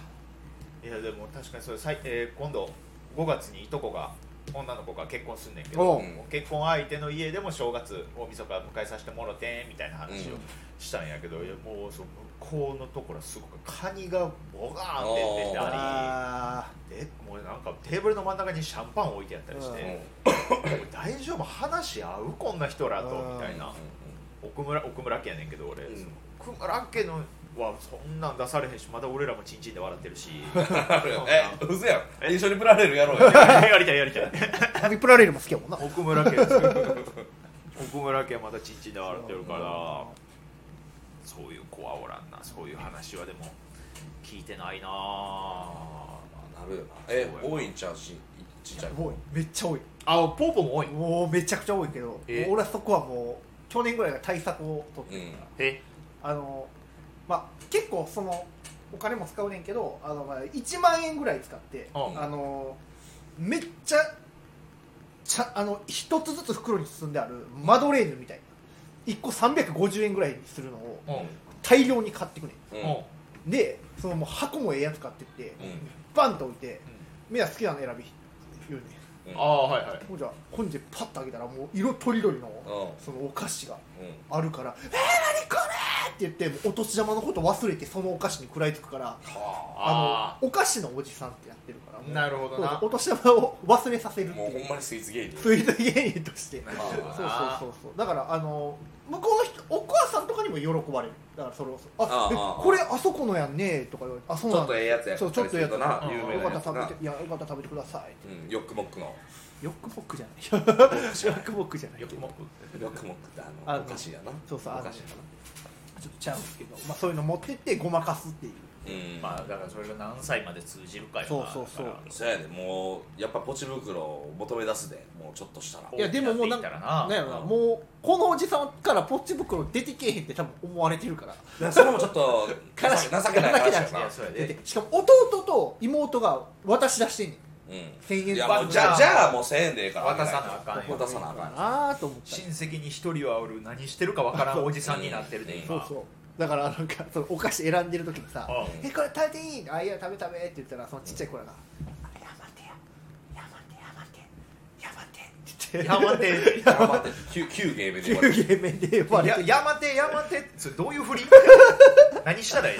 Speaker 1: いやでも確かにそれさい、えー今度5月にいとこが女の子が結婚すんねんけ
Speaker 3: お
Speaker 1: ど
Speaker 3: う
Speaker 1: 結婚相手の家でも正月大晦日迎えさせてもろてんみたいな話を
Speaker 2: うん
Speaker 1: したんやけど、いやもうその向こうのところはすごくカニがボガーンって出て
Speaker 3: ん
Speaker 2: や
Speaker 1: た
Speaker 3: あ
Speaker 1: りでもうなんかテーブルの真ん中にシャンパン置いてやったりして、
Speaker 3: うん
Speaker 1: もう大丈夫話合うこんな人らとみたいな、奥村奥村家やねんけど俺、
Speaker 2: うん
Speaker 1: その奥村家のはそんなん出されへんしまだ俺らもチンチンで笑ってる
Speaker 3: <laughs>
Speaker 1: し
Speaker 2: え嘘やん一緒にプラレールやろうよ
Speaker 1: やりたいやりたい <laughs>
Speaker 3: ーハビプラレールも好きやもんな
Speaker 1: 奥村家
Speaker 3: <laughs>
Speaker 1: ですよ奥村家はまだチンチンで笑ってるからそういう子はおらんなそういう話はでも聞いてないなあ
Speaker 2: まあなるよなえ多いんちゃうしちっちゃい
Speaker 3: 多いめっちゃ多い
Speaker 1: あポーポも多い
Speaker 3: もうめちゃくちゃ多いけどもう
Speaker 2: え
Speaker 3: 俺はそこはもう去年ぐらいが対策を取って
Speaker 2: う
Speaker 3: る
Speaker 2: ん
Speaker 1: え
Speaker 3: あのまあ結構そのお金も使うねんけどあの、まあ、1万円ぐらい使って、
Speaker 1: うん
Speaker 3: あのめっちゃちゃあの一つずつ袋に包んであるマドレーヌみたいな1個350円ぐらいにするのを
Speaker 1: うん
Speaker 3: 大量に買ってくね
Speaker 2: うん
Speaker 1: うん
Speaker 3: んでそのもう箱もええやつ買ってって、
Speaker 2: うん
Speaker 3: バンと置いて目は好きなの選び言うねん
Speaker 2: うん
Speaker 1: ああはいはい
Speaker 3: ほんじゃほんでパッと開けたらもう色とりどりの
Speaker 2: う
Speaker 3: そのお菓子が
Speaker 2: んうん
Speaker 3: あるから「えー、何これ!」って言ってもうお年玉のこと忘れてそのお菓子に食らいつくからあ
Speaker 1: あ
Speaker 3: のお菓子のおじさんってやってるからもう
Speaker 1: なるほどな
Speaker 3: そうそうお年玉を忘れさせるって
Speaker 2: もうほ
Speaker 3: いうん
Speaker 2: まにスイーツ芸人
Speaker 3: スイート芸人として
Speaker 2: ま
Speaker 3: そう
Speaker 2: あま
Speaker 3: そう
Speaker 1: あ
Speaker 3: そうそうだからあの向こうの人お母さんとかにも喜ばれるだからそれを「あ
Speaker 2: あ
Speaker 3: え
Speaker 2: ああ
Speaker 3: これあそこのやんね」とか言われて「あそう
Speaker 2: ち
Speaker 3: な
Speaker 2: ょ
Speaker 3: ん
Speaker 2: っとええやつや
Speaker 3: そうちょっとええやつ
Speaker 2: 有名な
Speaker 1: あー
Speaker 2: や
Speaker 3: よかっ
Speaker 2: つ
Speaker 3: たら
Speaker 2: な
Speaker 3: 食べていやよかったら食べてください」
Speaker 2: うんヨックモックの
Speaker 3: ヨックボックじゃないヨックボックじゃない
Speaker 1: よくも
Speaker 2: ヨックモックってあ
Speaker 3: あ
Speaker 2: の
Speaker 3: の
Speaker 2: お菓子やな
Speaker 3: そうそうあ
Speaker 2: お
Speaker 3: の
Speaker 2: 菓子や
Speaker 3: ちょっとちゃうんですけど、まあ、そういうの持ってってごまかすっていう
Speaker 2: なうん
Speaker 1: まあだからそれが何歳まで通じるかよな
Speaker 3: そうそうそう
Speaker 1: だか
Speaker 2: そうやでもうやっぱポチ袋を求め出すでもうちょっとしたら
Speaker 1: ら
Speaker 3: いやでももうなん
Speaker 1: やっていったらな
Speaker 3: なんやろなもうこのおじさんからポッチ袋出てけえへんって多分思われてるから
Speaker 2: だからそれもちょっと情
Speaker 3: 悲しい
Speaker 2: け情けない話やな
Speaker 1: やそうや
Speaker 3: で
Speaker 1: で
Speaker 3: しかも弟と妹が渡し出してんねん
Speaker 2: うん
Speaker 3: 千円
Speaker 2: いやもうじゃあじゃあもう1000円でええから
Speaker 1: 渡さなあかんよ
Speaker 2: 渡さなあかんよ
Speaker 3: なあと思った
Speaker 1: 親戚に一人はおる何してるかわからんおじさんになってるで
Speaker 3: そう
Speaker 1: 今
Speaker 3: そうだからなんかそのお菓子選んでる時にさ
Speaker 1: あ
Speaker 3: 「えこれ食べていい?」「あいや食べ食べ」って言ったらそのちっちゃい子らが「あやまてややまてやまてやまて」っ
Speaker 1: 山手
Speaker 3: て言って
Speaker 2: 頑張って9ゲームで終わり
Speaker 3: <laughs> 9ゲームで呼ばれ
Speaker 1: や
Speaker 3: て
Speaker 1: 山手山手それどういう振り何したらええ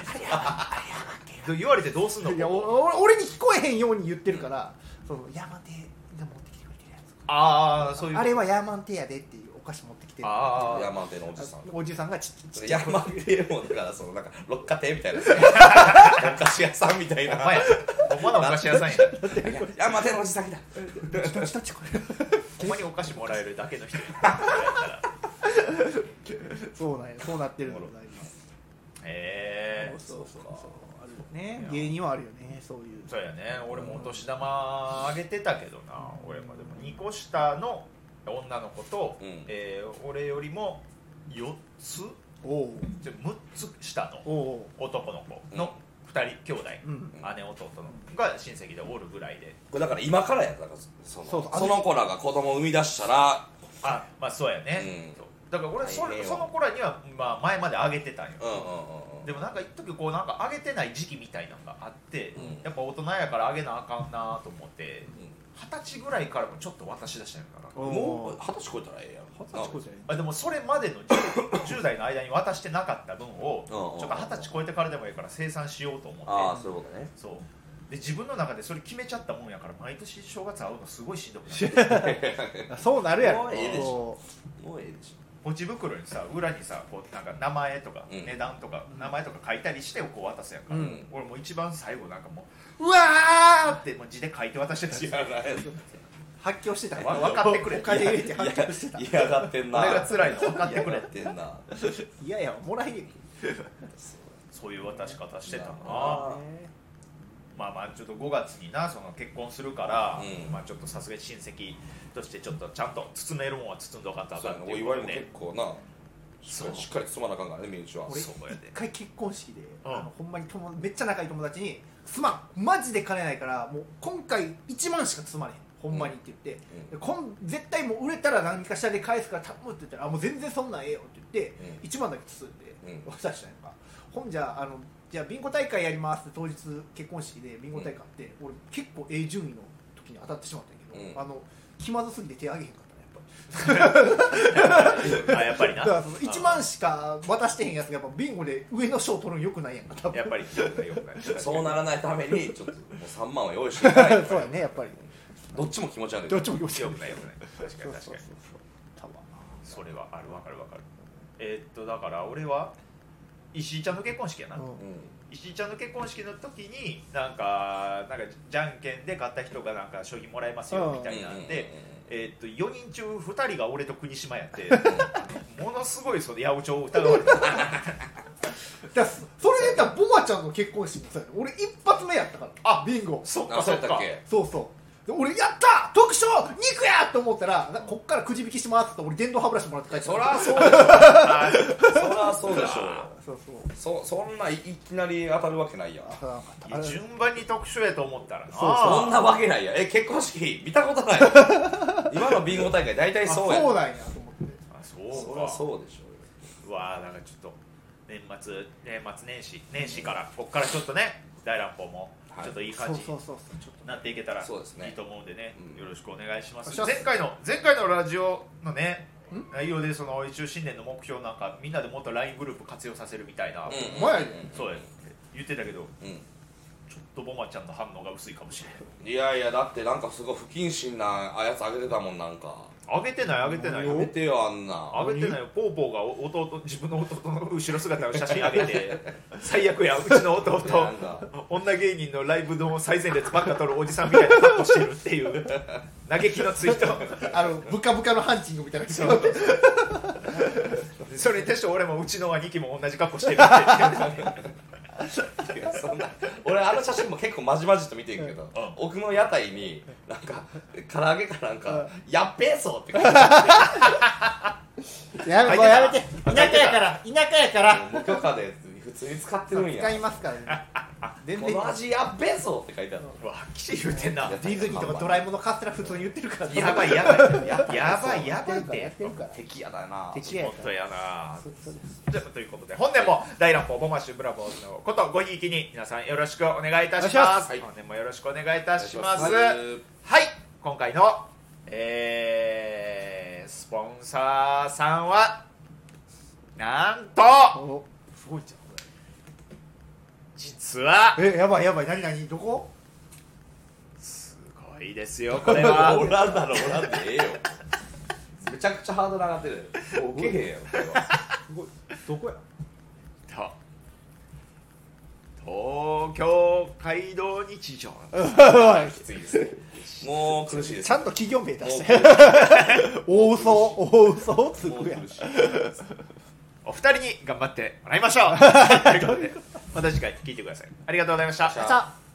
Speaker 1: のど言われてどうすんの
Speaker 3: いやお俺俺に聞こえへんように言ってるから、その山手が持ってきてくれてるやつ
Speaker 1: ああそういう
Speaker 3: あれは山手やでっていうお菓子持ってきてる
Speaker 1: ああ
Speaker 2: 山手のおじさん
Speaker 3: おじさんがちっち
Speaker 2: そ
Speaker 3: ゃ
Speaker 2: れ
Speaker 3: い
Speaker 2: 山手もだからそのなんか六花亭み
Speaker 3: <laughs>
Speaker 2: たいなお菓子屋さんみたいな
Speaker 1: お前やほんまのお菓子屋さんやな
Speaker 2: 山手のおじさんだ
Speaker 3: どっちどっちこれ
Speaker 1: ほんまにお菓子もらえるだけの人や
Speaker 3: そうなんやそうなってるんだよな
Speaker 1: へえ
Speaker 3: 今そうそうそうあるよ
Speaker 1: い
Speaker 3: ね
Speaker 1: や
Speaker 3: 芸人はあるよねそういう
Speaker 1: そうやね俺もお年玉あげてたけどな俺もでも2個下の女の子と、
Speaker 2: うん
Speaker 1: えー俺よりも4つ
Speaker 3: おう
Speaker 1: じゃ6つ下の
Speaker 3: おう
Speaker 1: 男の子の2人兄弟、
Speaker 3: うん
Speaker 1: 姉弟のが親戚でおるぐらいで
Speaker 2: これだから今からやだからその
Speaker 3: そうそうあ
Speaker 2: その子らが子供を生み出したら
Speaker 1: あまあそうやね、
Speaker 2: うん
Speaker 1: そうだから俺そ
Speaker 2: 大変
Speaker 1: れ
Speaker 2: よ
Speaker 1: その頃には、まあ、前まであげてたんよ、
Speaker 2: うんうん
Speaker 1: でもなんか一時こうなんかあげてない時期みたいなのがあって、
Speaker 2: うん
Speaker 1: やっぱ大人やからあげなあかんなと思って
Speaker 2: う
Speaker 1: 二十歳ぐらいからもちょっと渡し出したんやから
Speaker 3: お
Speaker 2: んうんもう
Speaker 3: う
Speaker 2: 二十歳超えたらええやん
Speaker 3: 二十歳超えたらえ
Speaker 1: あでもそれまでの 10, 10代の間に渡してなかった分をち
Speaker 2: うんうんう
Speaker 1: ょ
Speaker 2: ん
Speaker 1: っと二十歳超えてからでもいいから生産しようと思
Speaker 2: ああ
Speaker 1: って
Speaker 2: そういうことね
Speaker 1: そうで自分の中でそれ決めちゃったもんやから毎年正月会うのすごいしんどくなって
Speaker 3: えなそうなるや
Speaker 2: も
Speaker 3: ろ
Speaker 2: うええでしょ
Speaker 3: そ
Speaker 2: もうええでし
Speaker 1: ポチ袋にさ裏にさこうなんか名前とか
Speaker 2: うん
Speaker 1: 値段とか、名前とか書いたりしてこう渡すやんか、
Speaker 2: うん
Speaker 1: 俺もう一番最後なんかもううわーってもう字で書いて渡してた
Speaker 2: ょ
Speaker 1: し
Speaker 2: いやらへん
Speaker 3: う発狂してた
Speaker 1: わ分かってくれ
Speaker 3: お金入れて発狂してた
Speaker 2: 嫌がってんな
Speaker 1: 俺が辛いの分かってく
Speaker 2: 嫌
Speaker 1: れ
Speaker 2: がってんない
Speaker 3: やいやもらえ
Speaker 1: <laughs>
Speaker 3: へん
Speaker 1: そういう渡し方してたな
Speaker 2: あ
Speaker 1: まあまあちょっと5月になその結婚するから、
Speaker 2: うん
Speaker 1: まあちょっとさすがに親戚としてちょっとちゃんと包めるもんは包んどかったらあ
Speaker 2: そ
Speaker 1: か
Speaker 2: うんや
Speaker 1: って
Speaker 2: なお
Speaker 1: いうこ
Speaker 2: 祝い
Speaker 1: と
Speaker 2: も結
Speaker 1: で
Speaker 2: 構なそうしっかり勤まなあかんからね身内は
Speaker 3: 俺一
Speaker 1: そうやで
Speaker 3: 回結婚式で、
Speaker 1: うん
Speaker 3: あのほんまに友めっちゃ仲いい友達に「すまんマジで金ないからもう今回1万しか積まれへんほんまに」って言って、
Speaker 2: うん
Speaker 3: こん絶対もう売れたら何かしらで返すから頼むって言ったら「あもう全然そんなんええよ」って言って、
Speaker 2: う
Speaker 3: 1万だけ包んで
Speaker 2: うん
Speaker 3: 渡したんやんか、ほんじゃあのじゃあビンゴ大会やりますって当日結婚式でビンゴ大会あって、俺結構 A 順位の時に当たってしまったんやけ
Speaker 2: う
Speaker 3: ど、
Speaker 2: ん
Speaker 3: あの気まずすぎて手挙げへんかったねやっぱり
Speaker 1: あやっぱりな
Speaker 3: だからその1万しか渡してへんやつがやっぱビンゴで上の賞取るのよくないやんか
Speaker 1: <laughs>
Speaker 3: 多分
Speaker 1: やっぱりよくないよくない
Speaker 2: そうならないためにちょっともう3万は用意してない
Speaker 3: そうやねやっぱり
Speaker 2: どっちも気持ち悪い
Speaker 3: どっちも気持ち
Speaker 1: よ
Speaker 3: 悪い
Speaker 1: くないよくない確か
Speaker 3: そ
Speaker 1: に
Speaker 3: う
Speaker 1: 確
Speaker 3: そ
Speaker 1: か
Speaker 3: う
Speaker 1: に
Speaker 3: そう多分
Speaker 1: それはあるわかるわかるえーっとだから俺は石井ちゃんの結婚式やな、
Speaker 3: うん
Speaker 2: う
Speaker 1: 石井ちゃんの結婚式の時になんかなんかじゃんけんで買った人がなんか商品もらえますよみた
Speaker 2: ん
Speaker 1: いなんで、
Speaker 2: う
Speaker 1: えーっと4人中2人が俺と国島やってものすごいその八百長を疑われた
Speaker 3: だからそそれで言ったらボマちゃんの結婚式もそうやね俺一発目やったから
Speaker 1: あ
Speaker 3: ビンゴ
Speaker 1: そっ
Speaker 2: んうんあ
Speaker 1: か
Speaker 2: そ
Speaker 1: そうっ
Speaker 2: やったっ
Speaker 1: か
Speaker 2: け
Speaker 3: そうそうで俺やった特賞肉やと思ったらなこっからくじ引きしますって俺電動歯ブラシもらって帰って
Speaker 2: そ
Speaker 3: た
Speaker 2: らそうでしょ
Speaker 1: あ
Speaker 2: そらそうでしょうよ
Speaker 3: そうそう
Speaker 2: そそんないいきなり当たるわけないやん
Speaker 3: あなんか
Speaker 1: い
Speaker 3: あ
Speaker 1: や
Speaker 3: れ
Speaker 1: 順番に特殊やと思ったらな
Speaker 3: そう
Speaker 2: そんなわけないやんえ結婚式見たこと <laughs> ない今のビンゴ大会大体
Speaker 3: あ
Speaker 2: そ
Speaker 3: そう
Speaker 2: うやん
Speaker 3: なんやと思って
Speaker 1: あそ
Speaker 2: そうら
Speaker 1: か
Speaker 2: そうでしょうよ
Speaker 1: うわあなんかちょっと年末年末年始年始からこっからちょっとね大乱暴も
Speaker 2: はい
Speaker 1: ちょっといい
Speaker 3: そう
Speaker 1: 感じ
Speaker 3: そうそうそうちょっと
Speaker 1: なっていけたらい
Speaker 2: そうですね
Speaker 1: いと思うんでね
Speaker 2: うん
Speaker 1: よろしくお願いしま
Speaker 3: お
Speaker 1: す
Speaker 3: 願いします
Speaker 1: 前回の前回のラジオのね
Speaker 3: ん
Speaker 1: 内容でその一応新年の目標なんかみんなでもっと LINE グループ活用させるみたいな、
Speaker 2: うん
Speaker 3: 前やで
Speaker 1: そうやって言ってたけど
Speaker 2: うん
Speaker 1: ちょっとボマちゃんの反応が薄いかもしれない
Speaker 2: いやいやだってなんかすごい不謹慎なあやつあげてたもんなんか
Speaker 1: あげてないあげてない
Speaker 2: やめてよあんな
Speaker 1: あげてないよポーポーが弟自分の弟の後ろ姿の写真あげて最悪やうちの弟
Speaker 2: なんか
Speaker 1: 女芸人のライブの最前列ばっか撮るおじさんみたいな格好してるっていう嘆きのツイート
Speaker 3: あのブカブカのハンチングみたいな
Speaker 1: そうそれに対して俺もうちの兄貴も同じ格好してるっていう
Speaker 2: いやそんな俺あの写真も結構まじまじと見てんけど、
Speaker 1: ん
Speaker 2: 奥の屋台になんか唐揚げかなんか「やっべえぞ」って書いて
Speaker 1: 入ってたあ入っ
Speaker 3: やめもうやめて田
Speaker 1: て
Speaker 3: 舎
Speaker 1: た
Speaker 3: やから田舎やから
Speaker 2: 無許可で普通に使ってるん
Speaker 3: 使
Speaker 2: や
Speaker 3: いますから
Speaker 1: <laughs>
Speaker 3: ね全
Speaker 2: こ
Speaker 3: 然
Speaker 2: の味やっべえぞって書いてある
Speaker 1: うわはっきり言うてんな
Speaker 2: や
Speaker 3: ディズニーとかドラえもんのカステラ普通に言ってるからね
Speaker 1: やばいやばいややばいやばいって
Speaker 3: やってるから
Speaker 2: 敵やだな
Speaker 3: 敵や
Speaker 1: 本
Speaker 3: か
Speaker 1: 当
Speaker 3: ら
Speaker 1: やな
Speaker 3: そうそうです
Speaker 1: じゃあということで本年も大乱暴ボマッシュブラボーズのことごひいきに皆さんよろしくお願いいたし
Speaker 3: お
Speaker 1: ま
Speaker 3: 願いしますす
Speaker 1: 本年もよろしくお願いいたします
Speaker 2: お願いします
Speaker 1: はい今回のえー、スポンサーさんはなんと
Speaker 3: おすごいじ
Speaker 1: 実は
Speaker 3: ゃんえやばいやばい何何どこ
Speaker 1: すごいですよこれは
Speaker 2: おらんだろおらんでええよめちゃくちゃハードル上がってる受けへんよこれは
Speaker 3: すごいどこや
Speaker 1: と東京街道日常
Speaker 2: きついですねもう苦しいで
Speaker 3: ち
Speaker 2: す
Speaker 3: ゃんと企業名出して大嘘大嘘つ
Speaker 2: もう
Speaker 3: くやん
Speaker 2: 苦しい
Speaker 1: お二人に頑張ってもらいましょうということでまた次回聞いてくださいありがとうございました
Speaker 2: ありがとうございました
Speaker 3: さあ